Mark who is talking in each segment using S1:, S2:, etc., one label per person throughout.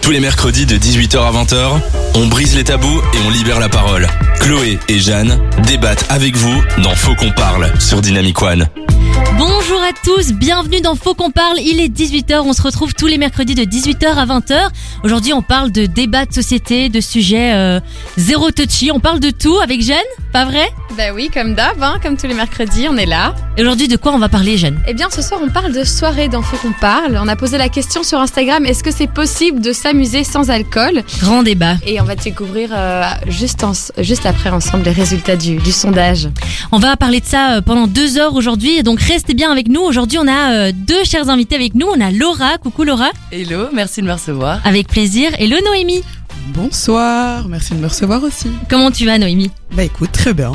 S1: Tous les mercredis de 18h à 20h, on brise les tabous et on libère la parole. Chloé et Jeanne débattent avec vous dans Faut qu'on parle sur Dynamic One.
S2: Bonjour à tous, bienvenue dans Faut qu'on parle. Il est 18h, on se retrouve tous les mercredis de 18h à 20h. Aujourd'hui, on parle de débats de société, de sujets euh, zéro touchy. On parle de tout avec Jeanne, pas vrai
S3: Bah oui, comme d'hab, hein, comme tous les mercredis, on est là.
S2: Et Aujourd'hui, de quoi on va parler, Jeanne
S3: Eh bien, ce soir, on parle de soirée dans Faut qu'on parle. On a posé la question sur Instagram est-ce que c'est possible de s'amuser sans alcool
S2: Grand débat.
S3: Et on va découvrir euh, juste, en- juste après ensemble les résultats du, du sondage.
S2: On va parler de ça euh, pendant deux heures aujourd'hui, donc restez bien avec nous. Aujourd'hui, on a euh, deux chers invités avec nous. On a Laura, coucou Laura,
S4: Hello, merci de me recevoir.
S2: avec plaisir. Hello Noémie.
S5: Bonsoir, merci de me recevoir aussi.
S2: Comment tu vas, Noémie
S5: Bah écoute, très bien.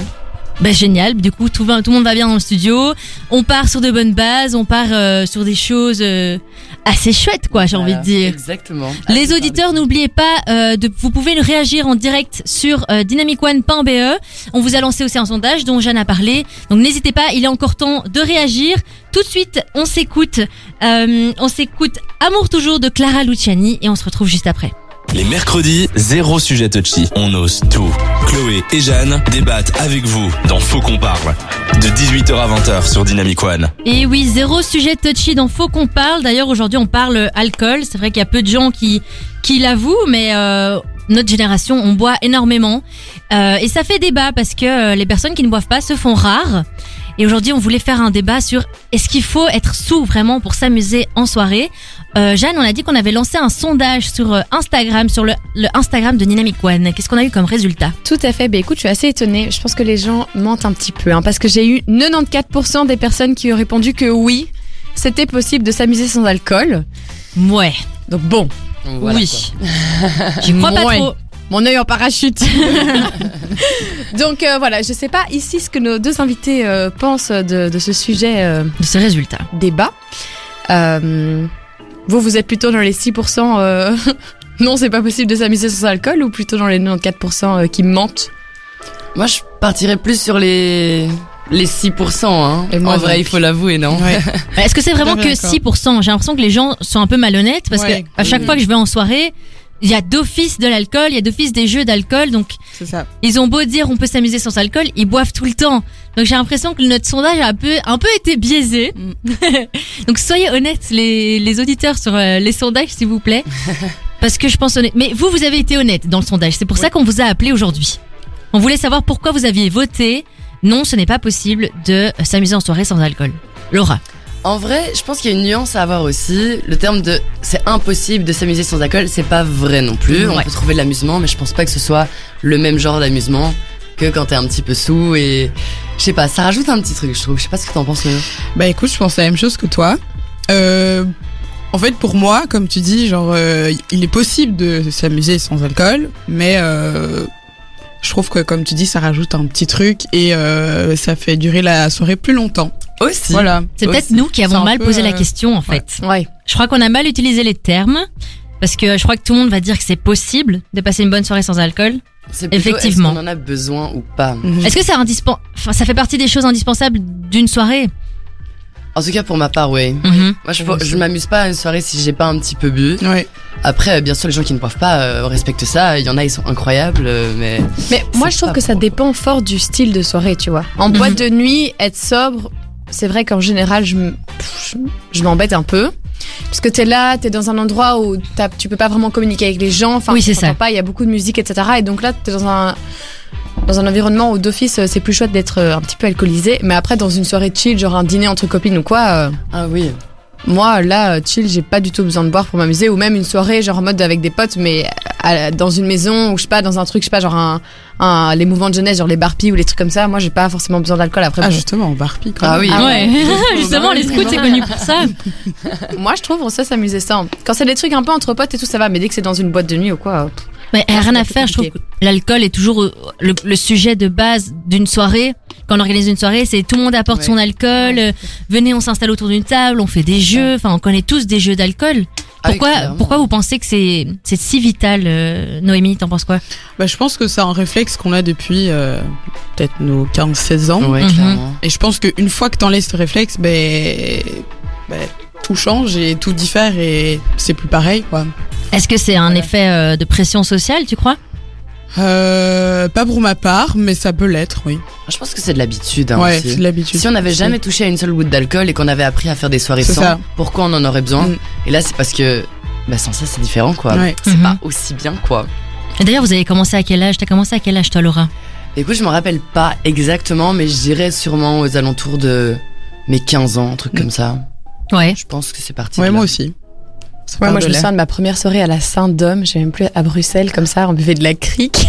S2: Bah génial, du coup tout, va, tout le monde va bien dans le studio, on part sur de bonnes bases, on part euh, sur des choses euh, assez chouettes quoi j'ai envie de dire.
S4: Exactement.
S2: Les auditeurs, n'oubliez pas, euh, de, vous pouvez nous réagir en direct sur euh, dynamicone.be. E. On vous a lancé aussi un sondage dont Jeanne a parlé. Donc n'hésitez pas, il est encore temps de réagir. Tout de suite, on s'écoute. Euh, on s'écoute Amour toujours de Clara Luciani et on se retrouve juste après.
S1: Les mercredis, zéro sujet touchy. On ose tout. Chloé et Jeanne débattent avec vous dans Faut qu'on parle de 18h à 20h sur Dynamic One.
S2: Et oui, zéro sujet touchy dans Faut qu'on parle. D'ailleurs, aujourd'hui, on parle alcool. C'est vrai qu'il y a peu de gens qui, qui l'avouent, mais euh, notre génération, on boit énormément. Euh, et ça fait débat parce que euh, les personnes qui ne boivent pas se font rares. Et aujourd'hui, on voulait faire un débat sur est-ce qu'il faut être sous vraiment pour s'amuser en soirée. Euh, Jeanne, on a dit qu'on avait lancé un sondage sur euh, Instagram, sur le, le Instagram de Dynamic One. Qu'est-ce qu'on a eu comme résultat
S3: Tout à fait. Bah écoute, je suis assez étonnée. Je pense que les gens mentent un petit peu, hein, parce que j'ai eu 94% des personnes qui ont répondu que oui, c'était possible de s'amuser sans alcool.
S2: Ouais,
S3: Donc bon,
S2: oui. J'y crois pas
S3: Ouais.
S2: trop.
S3: Mon œil en parachute. Donc euh, voilà, je sais pas ici ce que nos deux invités euh, pensent de, de ce sujet euh,
S2: De ce résultat.
S3: débat. Euh, vous, vous êtes plutôt dans les 6%, euh, non, c'est pas possible de s'amuser sans alcool, ou plutôt dans les 94% euh, qui mentent
S4: Moi, je partirais plus sur les les 6%. Hein.
S3: Et moi,
S4: en vrai,
S3: donc.
S4: il faut l'avouer, non
S5: Ouais.
S2: Est-ce que c'est vraiment
S5: Tout à
S2: que
S5: fait d'accord.
S2: 6% J'ai l'impression que les gens sont un peu malhonnêtes parce
S5: Ouais.
S2: que à chaque
S4: Mhm.
S2: fois que je vais en soirée, il y a d'office de l'alcool, il y a d'office des jeux d'alcool. Donc
S5: C'est ça.
S2: ils ont beau dire on peut s'amuser sans alcool, ils boivent tout le temps. Donc j'ai l'impression que notre sondage a un peu, un peu été biaisé.
S5: Mm.
S2: donc soyez honnêtes les, les auditeurs sur euh, les sondages s'il vous plaît. parce que je pense honnête. Mais vous, vous avez été honnête dans le sondage. C'est pour ça qu'on vous a appelé aujourd'hui. On voulait savoir pourquoi vous aviez voté. Non, ce n'est pas possible de s'amuser en soirée sans alcool. Laura.
S4: En vrai, je pense qu'il y a une nuance à avoir aussi. Le terme de c'est impossible de s'amuser sans alcool, c'est pas vrai non plus. On
S2: Ouais.
S4: peut trouver de l'amusement, mais je pense pas que ce soit le même genre d'amusement que quand t'es un petit peu sous et je sais pas, ça rajoute un petit truc, je trouve. Je sais pas ce que t'en penses. Nono.
S5: Bah écoute, je pense la même chose que toi. Euh, en fait, pour moi, comme tu dis, genre, euh, il est possible de s'amuser sans alcool, mais euh, je trouve que, comme tu dis, ça rajoute un petit truc et euh, ça fait durer la soirée plus longtemps.
S4: Aussi.
S5: Voilà.
S2: C'est peut-être
S4: Aussi.
S2: nous qui
S5: C'est
S2: avons
S5: un
S2: mal
S5: peu,
S2: posé la
S5: euh,
S2: question en fait.
S3: Ouais.
S2: Je crois qu'on a mal utilisé les termes parce que je crois que tout le monde va dire que c'est possible de passer une bonne soirée sans alcool.
S4: C'est plutôt,
S2: Effectivement.
S4: Est-ce qu'on en a besoin ou pas
S5: Mhm.
S2: Est-ce que ça, indispen... enfin, ça fait partie des choses indispensables d'une soirée
S4: En tout cas, pour ma part, ouais.
S2: Mhm.
S4: Moi, je, je m'amuse pas à une soirée si j'ai pas un petit peu bu.
S5: Ouais.
S4: Après, euh, bien sûr, les gens qui ne boivent pas euh, respectent ça. Il y en a, ils sont incroyables, euh, mais
S3: Mais moi,
S4: C'est
S3: je trouve
S4: pas
S3: que ça
S4: bon,
S3: dépend fort du style de soirée, tu vois. En boîte
S2: Mhm.
S3: de nuit, être sobre, c'est vrai qu'en général, je m- pff, je- je m'embête un peu. Parce que t'es là, t'es dans un endroit où t'as- tu peux pas vraiment communiquer avec les gens. Enfin,
S2: Oui, c'est
S3: t'entends
S2: ça.
S3: pas, il y a beaucoup de musique, etc. Et donc là, t'es dans un, dans un environnement où d'office, euh, c'est plus chouette d'être euh, un petit peu alcoolisé. Mais après, dans une soirée chill, genre un dîner entre copines ou quoi, euh,
S4: ah oui.
S3: moi, là, euh, chill, j'ai pas du tout besoin de boire pour m'amuser, ou même une soirée, genre en mode avec des potes, mais à- dans une maison, ou je sais pas, dans un truc, je sais pas, genre un, un- les mouvements de jeunesse, genre les barpies ou les trucs comme ça. Moi, j'ai pas forcément besoin d'alcool après.
S5: Ah,
S3: bon.
S5: justement, on barpie quand
S4: Ah
S5: même.
S4: oui.
S3: Ah
S2: ouais, justement, les scouts, c'est connu pour ça.
S3: Moi, je trouve ça s'amuser ça. hein. Quand c'est des trucs un peu entre potes et tout, ça va, mais dès que c'est dans une boîte de nuit ou quoi. euh,
S2: Mais
S3: Ah,
S2: rien
S3: c'est
S2: à faire, je trouve
S3: compliqué.
S2: que l'alcool est toujours euh, le, le sujet de base d'une soirée. Quand on organise une soirée, c'est tout le monde apporte
S4: Ouais.
S2: son alcool, euh, venez, on s'installe autour d'une table, on fait des jeux, enfin, on connaît tous des jeux d'alcool.
S4: Ah oui,
S2: Pourquoi,
S4: clairement.
S2: pourquoi vous pensez que c'est c'est si vital, euh, Noémie T'en penses quoi
S5: Bah, je pense que c'est un réflexe qu'on a depuis euh, peut-être nos 15-16 ans.
S4: Ouais,
S2: Mhm.
S4: clairement.
S5: Et je pense qu'une fois que t'enlèves ce réflexe, ben, ben, tout change et tout diffère et c'est plus pareil, quoi.
S2: Est-ce que c'est un effet euh, de pression sociale, tu crois
S5: Euh, pas pour ma part, mais ça peut l'être, oui.
S4: Je pense que c'est de l'habitude. Hein,
S5: ouais,
S4: aussi.
S5: c'est de l'habitude.
S4: Si on n'avait
S5: Aussi.
S4: jamais touché à une seule goutte d'alcool et qu'on avait appris à faire des soirées
S5: C'est
S4: sans,
S5: ça.
S4: pourquoi on en aurait besoin
S5: Mm.
S4: Et là, c'est parce que bah, sans ça, c'est différent, quoi.
S5: Ouais.
S4: C'est
S2: Mhm.
S4: pas aussi bien, quoi.
S2: Et D'ailleurs, vous avez commencé à quel âge T'as commencé à quel âge, toi, Laura
S4: Écoute, je me rappelle pas exactement, mais je dirais sûrement aux alentours de mes 15 ans, un truc comme ça.
S2: Ouais.
S4: Je pense que c'est parti.
S5: Mm. Ouais,
S4: de
S5: moi
S4: là.
S5: aussi.
S4: Ouais,
S3: moi,
S4: de
S3: je me
S4: lait.
S3: souviens de ma première soirée à la Saint-Dôme. J'avais même plus à Bruxelles, comme ça, on buvait de la crique.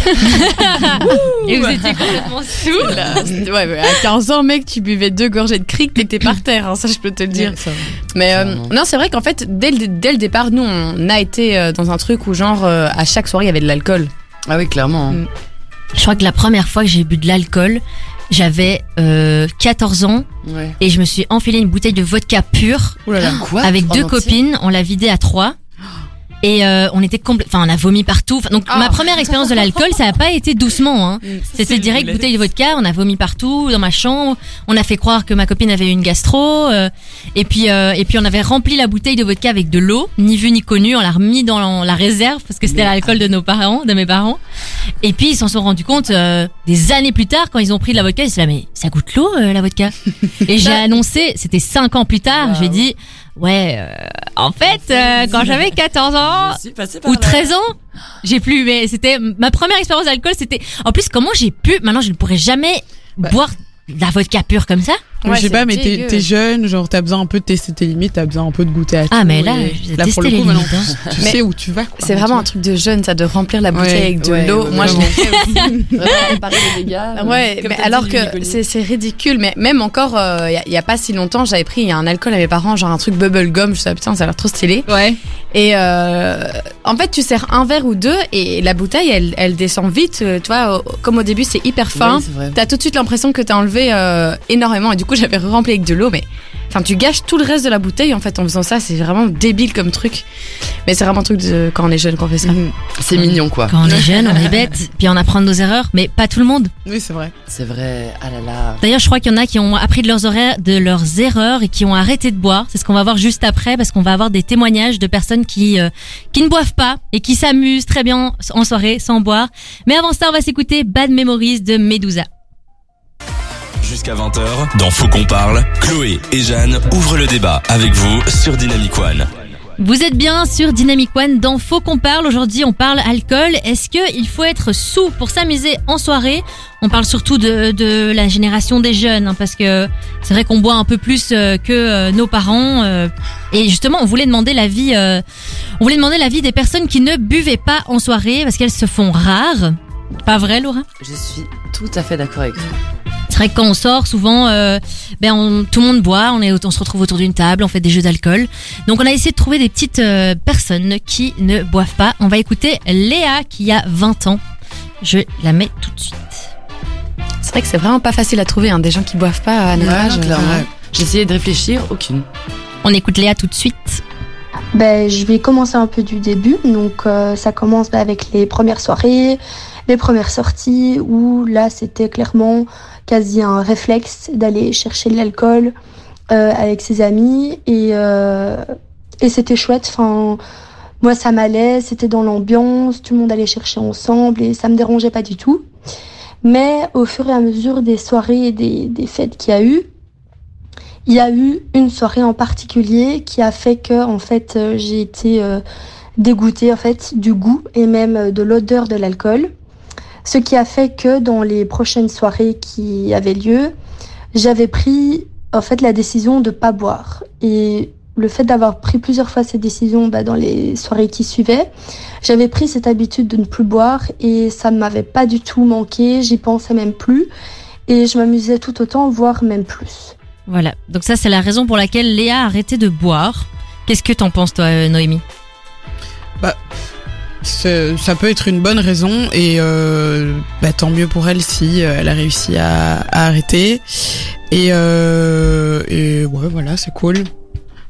S2: Et vous étiez complètement saoul
S3: ouais, ouais, à 15 ans, mec, tu buvais deux gorgées de crique, t'étais par terre, hein, ça, je peux te le dire. Mais euh,
S4: Clairement.
S3: non, c'est vrai qu'en fait, dès le, dès le départ, nous, on a été euh, dans un truc où, genre, euh, à chaque soirée, il y avait de l'alcool.
S4: Ah oui, clairement. hein.
S3: Mm.
S2: Je crois que la première fois que j'ai bu de l'alcool, j'avais euh, 14 ans
S4: Ouais.
S2: et je me suis enfilé une bouteille de vodka pure
S5: Ouh
S3: Mm.
S5: là là.
S4: Ah, Quoi Oh,
S2: avec
S4: En
S2: deux
S4: entier
S2: copines. On l'a vidée à trois. Et euh, on était compl- enfin on a vomi partout. Enfin, donc
S3: Ah.
S2: ma première expérience de l'alcool, ça n'a pas été doucement. Hein. C'était direct bouteille de vodka. On a vomi partout dans ma chambre. On a fait croire que ma copine avait eu une gastro. euh, et puis euh, et puis on avait rempli la bouteille de vodka avec de l'eau, ni vu ni connu. On l'a remis dans la réserve parce que c'était
S4: Mais-
S2: l'alcool de nos parents, de mes parents. Et puis ils s'en sont rendus compte euh, des années plus tard quand ils ont pris de la vodka. Ils se sont dit, mais ça goûte l'eau euh, la vodka. Et j'ai annoncé, c'était cinq ans plus tard, j'ai dit ouais. euh, en fait, euh, quand j'avais 14 ans,
S4: Je suis passée par
S2: ou
S4: là.
S2: 13 ans. J'ai plus, mais c'était ma première expérience d'alcool. C'était en plus comment j'ai pu. Maintenant, je ne pourrais jamais
S5: Bah.
S2: boire de la vodka pure comme ça.
S5: Mais
S3: Ouais,
S5: je sais
S3: c'est
S5: pas, mais t'es
S3: dégueu.
S5: t'es jeune, genre t'as besoin un peu de tester tes limites, t'as besoin un peu de goûter à tout.
S2: Ah, mais là,
S5: et-
S2: j'ai
S5: là pour
S2: testé
S5: le
S2: les
S5: coup, maintenant,
S2: limites, hein.
S5: tu
S3: Mais
S5: sais où tu vas. quoi.
S3: C'est
S5: Tu
S3: vraiment
S5: vois.
S3: un truc de jeune, ça, de remplir la bouteille
S5: Ah, Ouais,
S3: avec de
S4: ouais,
S3: l'eau.
S4: ouais,
S3: Moi, je
S5: vraiment.
S3: l'ai fait aussi.
S4: Ouais, pareil, les dégâts.
S3: Ouais,
S4: Comme
S3: mais
S4: t'as
S3: alors
S4: dit,
S3: que
S4: Nicolas.
S3: c'est c'est ridicule. Mais même encore, euh, il n'y a, pas si longtemps, j'avais pris un alcool à mes parents, genre un truc bubble gum. Je me suis dit, ah, putain, ça a l'air trop stylé.
S2: Ouais.
S3: Et euh, en fait, tu sers un verre ou deux et la bouteille, elle, elle descend vite. euh, Tu vois, au- comme au début, c'est hyper fin.
S4: Oui, c'est vrai.
S3: T'as tout de suite l'impression que t'as enlevé euh, énormément. Et du coup, j'avais rempli avec de l'eau, mais enfin, tu gâches tout le reste de la bouteille en fait en faisant ça. C'est vraiment débile comme truc. Mais c'est vraiment un truc de quand on est jeune qu'on fait
S2: Mm-hmm.
S3: ça.
S5: Mhm.
S4: C'est mignon, quoi.
S2: Quand on est jeune, on est bête, puis on apprend de nos erreurs, mais pas tout le monde.
S5: Oui, c'est vrai.
S4: C'est vrai. Ah là là.
S2: D'ailleurs, je crois qu'il y en a qui ont appris de leurs, horaires, de leurs erreurs et qui ont arrêté de boire. C'est ce qu'on va voir juste après, parce qu'on va avoir des témoignages de personnes qui euh, qui ne boivent pas et qui s'amusent très bien en soirée sans boire. Mais avant ça, on va s'écouter Bad Memories de Medusa.
S1: Jusqu'à 20h, dans Faut qu'on parle, Chloé et Jeanne ouvrent le débat avec vous sur Dynamic One.
S2: Vous êtes bien sur Dynamic One dans Faux qu'on parle. Aujourd'hui, on parle alcool. Est-ce que il faut être sous pour s'amuser en soirée On parle surtout de, de la génération des jeunes, hein, parce que c'est vrai qu'on boit un peu plus euh, que euh, nos parents. euh. et justement, on voulait demander l'avis, euh, on voulait demander l'avis des personnes qui ne buvaient pas en soirée parce qu'elles se font rares. Pas vrai, Laura
S4: Je suis tout à fait d'accord avec toi.
S2: C'est vrai que quand on sort, souvent, euh, ben on- tout le monde boit, on, est, aut- on se retrouve autour d'une table, on fait des jeux d'alcool. Donc on a essayé de trouver des petites euh, personnes qui ne boivent pas. On va écouter Léa qui a 20 ans. Je la mets tout de suite.
S3: C'est vrai que c'est vraiment pas facile à trouver hein, des gens qui boivent pas à notre
S4: Ouais,
S3: âge.
S4: non, clairement.
S3: Ouais.
S4: J'ai essayé de réfléchir, aucune.
S2: On écoute Léa tout de suite.
S6: Ben, je vais commencer un peu du début. Donc, euh, ça commence ben, avec les premières soirées, les premières sorties, où là, c'était clairement quasi un réflexe d'aller chercher de l'alcool euh, avec ses amis. Et, euh, et c'était chouette. Enfin, moi, ça m'allait, c'était dans l'ambiance, tout le monde allait chercher ensemble et ça me dérangeait pas du tout. Mais au fur et à mesure des soirées et des, des fêtes qu'il y a eu, il y a eu une soirée en particulier qui a fait que en fait euh, j'ai été euh, dégoûtée en fait du goût et même euh, de l'odeur de l'alcool. Ce qui a fait que dans les prochaines soirées qui avaient lieu, j'avais pris en fait la décision de pas boire et le fait d'avoir pris plusieurs fois cette décision bah, dans les soirées qui suivaient, j'avais pris cette habitude de ne plus boire et ça ne m'avait pas du tout manqué, j'y pensais même plus et je m'amusais tout autant, voire même plus.
S2: Voilà. Donc ça, c'est la raison pour laquelle Léa a arrêté de boire. Qu'est-ce que t'en penses, toi, euh, Noémie
S5: C'est- Ça peut être une bonne raison et euh, bah, tant mieux pour elle si euh, elle a réussi à, à arrêter. Et, euh, et ouais, voilà, c'est cool.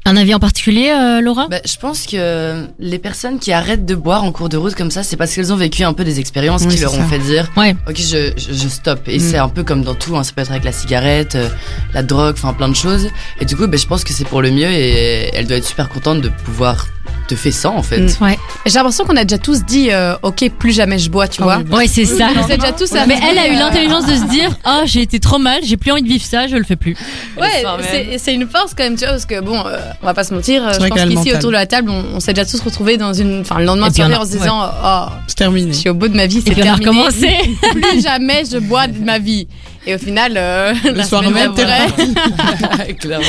S2: Un avis en particulier, euh, Laura
S4: Bah, je pense que les personnes qui arrêtent de boire en cours de route comme ça, c'est parce qu'elles ont vécu un peu des expériences
S5: Oui,
S4: qui leur
S5: c'est
S4: ont
S5: ça.
S4: fait dire
S2: Ouais.
S4: Ok, je, je, je stoppe. Et
S5: Mm.
S4: c'est un peu comme dans tout, hein, ça peut être avec la cigarette, euh, la drogue, enfin plein de choses. Et du coup, bah, je pense que c'est pour le mieux et elle doit être super contente de pouvoir te fait ça en fait.
S3: Mm.
S2: Ouais,
S3: J'ai l'impression qu'on a déjà tous dit, euh, ok, plus jamais je bois, tu
S5: Ah
S3: vois.
S5: oui,
S2: Oh, ouais c'est ça.
S3: On s'est déjà tous
S2: Mais elle
S3: euh,
S2: a eu l'intelligence de se dire Ah, j'ai été trop mal, j'ai plus envie de vivre ça, je le fais plus.
S3: Ouais,
S4: soir même.
S3: c'est- c'est une force quand même, tu vois, parce que bon, euh, on va pas se mentir, euh,
S5: C'est
S3: je
S5: vrai
S3: pense
S5: qu'elle a le
S3: qu'ici
S5: mental.
S3: autour de la table, on, on s'est déjà tous retrouvés dans une, enfin, le lendemain
S2: Et
S3: de
S2: puis on
S3: soirée
S2: a-
S3: en se disant, oh,
S5: C'est terminé.
S3: je suis au bout de ma vie,
S2: Et
S3: c'est
S2: puis on a
S3: terminé.
S2: recommencé.
S3: Plus jamais je bois de ma vie. Et au final, euh, la
S5: soir
S3: semaine
S5: même, t'es
S3: d'après,
S4: clairement.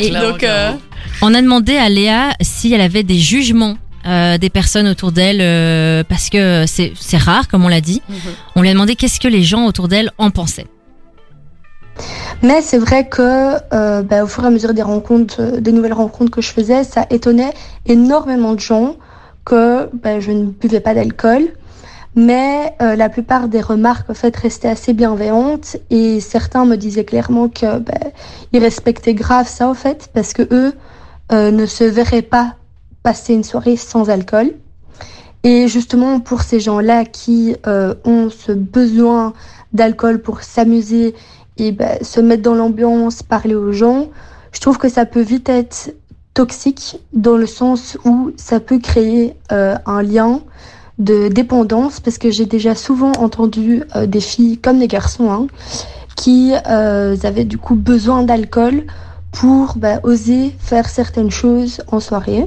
S2: Et
S4: Clairement,
S3: donc, euh,
S4: clairement.
S2: On a demandé à Léa si elle avait des jugements euh, des personnes autour d'elle, euh, parce que c'est c'est rare, comme on l'a dit. On lui a demandé qu'est-ce que les gens autour d'elle en pensaient.
S6: Mais c'est vrai que euh, bah, au fur et à mesure des rencontres, euh, des nouvelles rencontres que je faisais, ça étonnait énormément de gens que bah, je ne buvais pas d'alcool. Mais euh, la plupart des remarques en fait restaient assez bienveillantes et certains me disaient clairement que bah, ils respectaient grave ça en fait parce que eux euh, ne se verraient pas passer une soirée sans alcool. Et justement pour ces gens-là qui euh, ont ce besoin d'alcool pour s'amuser et ben, se mettre dans l'ambiance, parler aux gens, je trouve que ça peut vite être toxique dans le sens où ça peut créer euh, un lien de dépendance parce que j'ai déjà souvent entendu euh, des filles comme des garçons hein, qui euh, avaient du coup besoin d'alcool pour ben, oser faire certaines choses en soirée.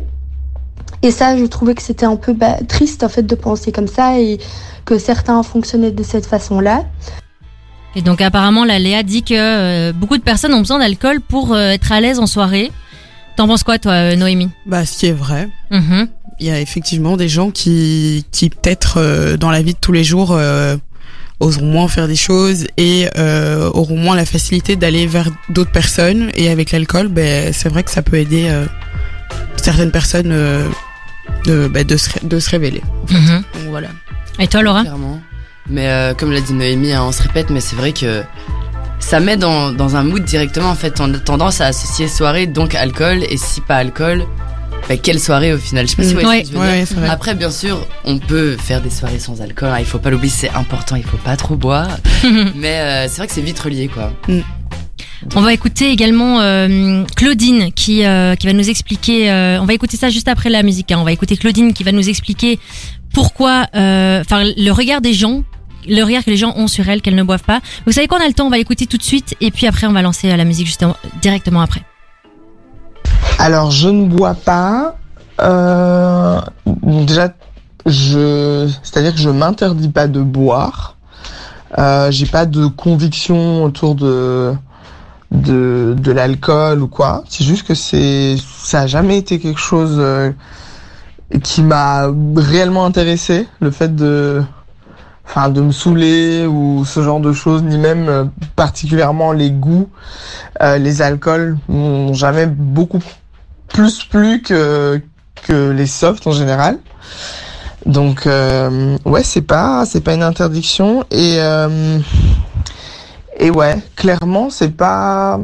S6: Et ça, je trouvais que c'était un peu ben, triste en fait de penser comme ça et que certains fonctionnaient de cette façon-là.
S2: Et donc apparemment, la Léa dit que euh, beaucoup de personnes ont besoin d'alcool pour euh, être à l'aise en soirée. T'en penses quoi, toi, euh, Noémie
S5: Bah, ce qui est vrai.
S2: Mhm.
S5: il y a effectivement des gens qui, qui peut-être euh, dans la vie de tous les jours euh, oseront moins faire des choses et euh, auront moins la facilité d'aller vers d'autres personnes et avec l'alcool ben c'est vrai que ça peut aider euh, certaines personnes euh, de, ben, de, se, ré- de se révéler
S2: Mhm.
S5: donc voilà
S2: Et toi, Laura
S4: Clairement. Mais euh, comme l'a dit Noémie, hein, on se répète, mais c'est vrai que ça met dans, dans un mood directement. En fait, on a tendance à associer soirée, donc alcool, et si pas alcool, bah, quelle soirée au final Je sais pas si
S3: Mm.
S4: vous voyez ce que je veux dire.
S5: ouais c'est vrai
S4: Après, bien sûr, on peut faire des soirées sans alcool. hein, il faut pas l'oublier, c'est important. Il faut pas trop boire. mais euh, c'est vrai que c'est vite relié, quoi.
S2: On va écouter également euh, Claudine qui, euh, qui va nous expliquer. euh, on va écouter ça juste après la musique. hein. On va écouter Claudine qui va nous expliquer pourquoi, euh, enfin, le regard des gens, le regard que les gens ont sur elle, qu'elles ne boivent pas. Vous savez qu'on a le temps, on va l'écouter tout de suite et puis après on va lancer euh, la musique juste en- directement après.
S7: Alors, je ne bois pas. Euh, déjà, je, c'est-à-dire que je m'interdis pas de boire. Euh, j'ai pas de conviction autour de de, de l'alcool ou quoi. C'est juste que c'est, ça a jamais été quelque chose euh, qui m'a réellement intéressé. Le fait de, enfin, de me saouler ou ce genre de choses, ni même euh, particulièrement les goûts. Euh, les alcools m'ont jamais beaucoup plus plu que que les softs en général. Donc euh, ouais, c'est pas c'est pas une interdiction et euh, et ouais, clairement, c'est pas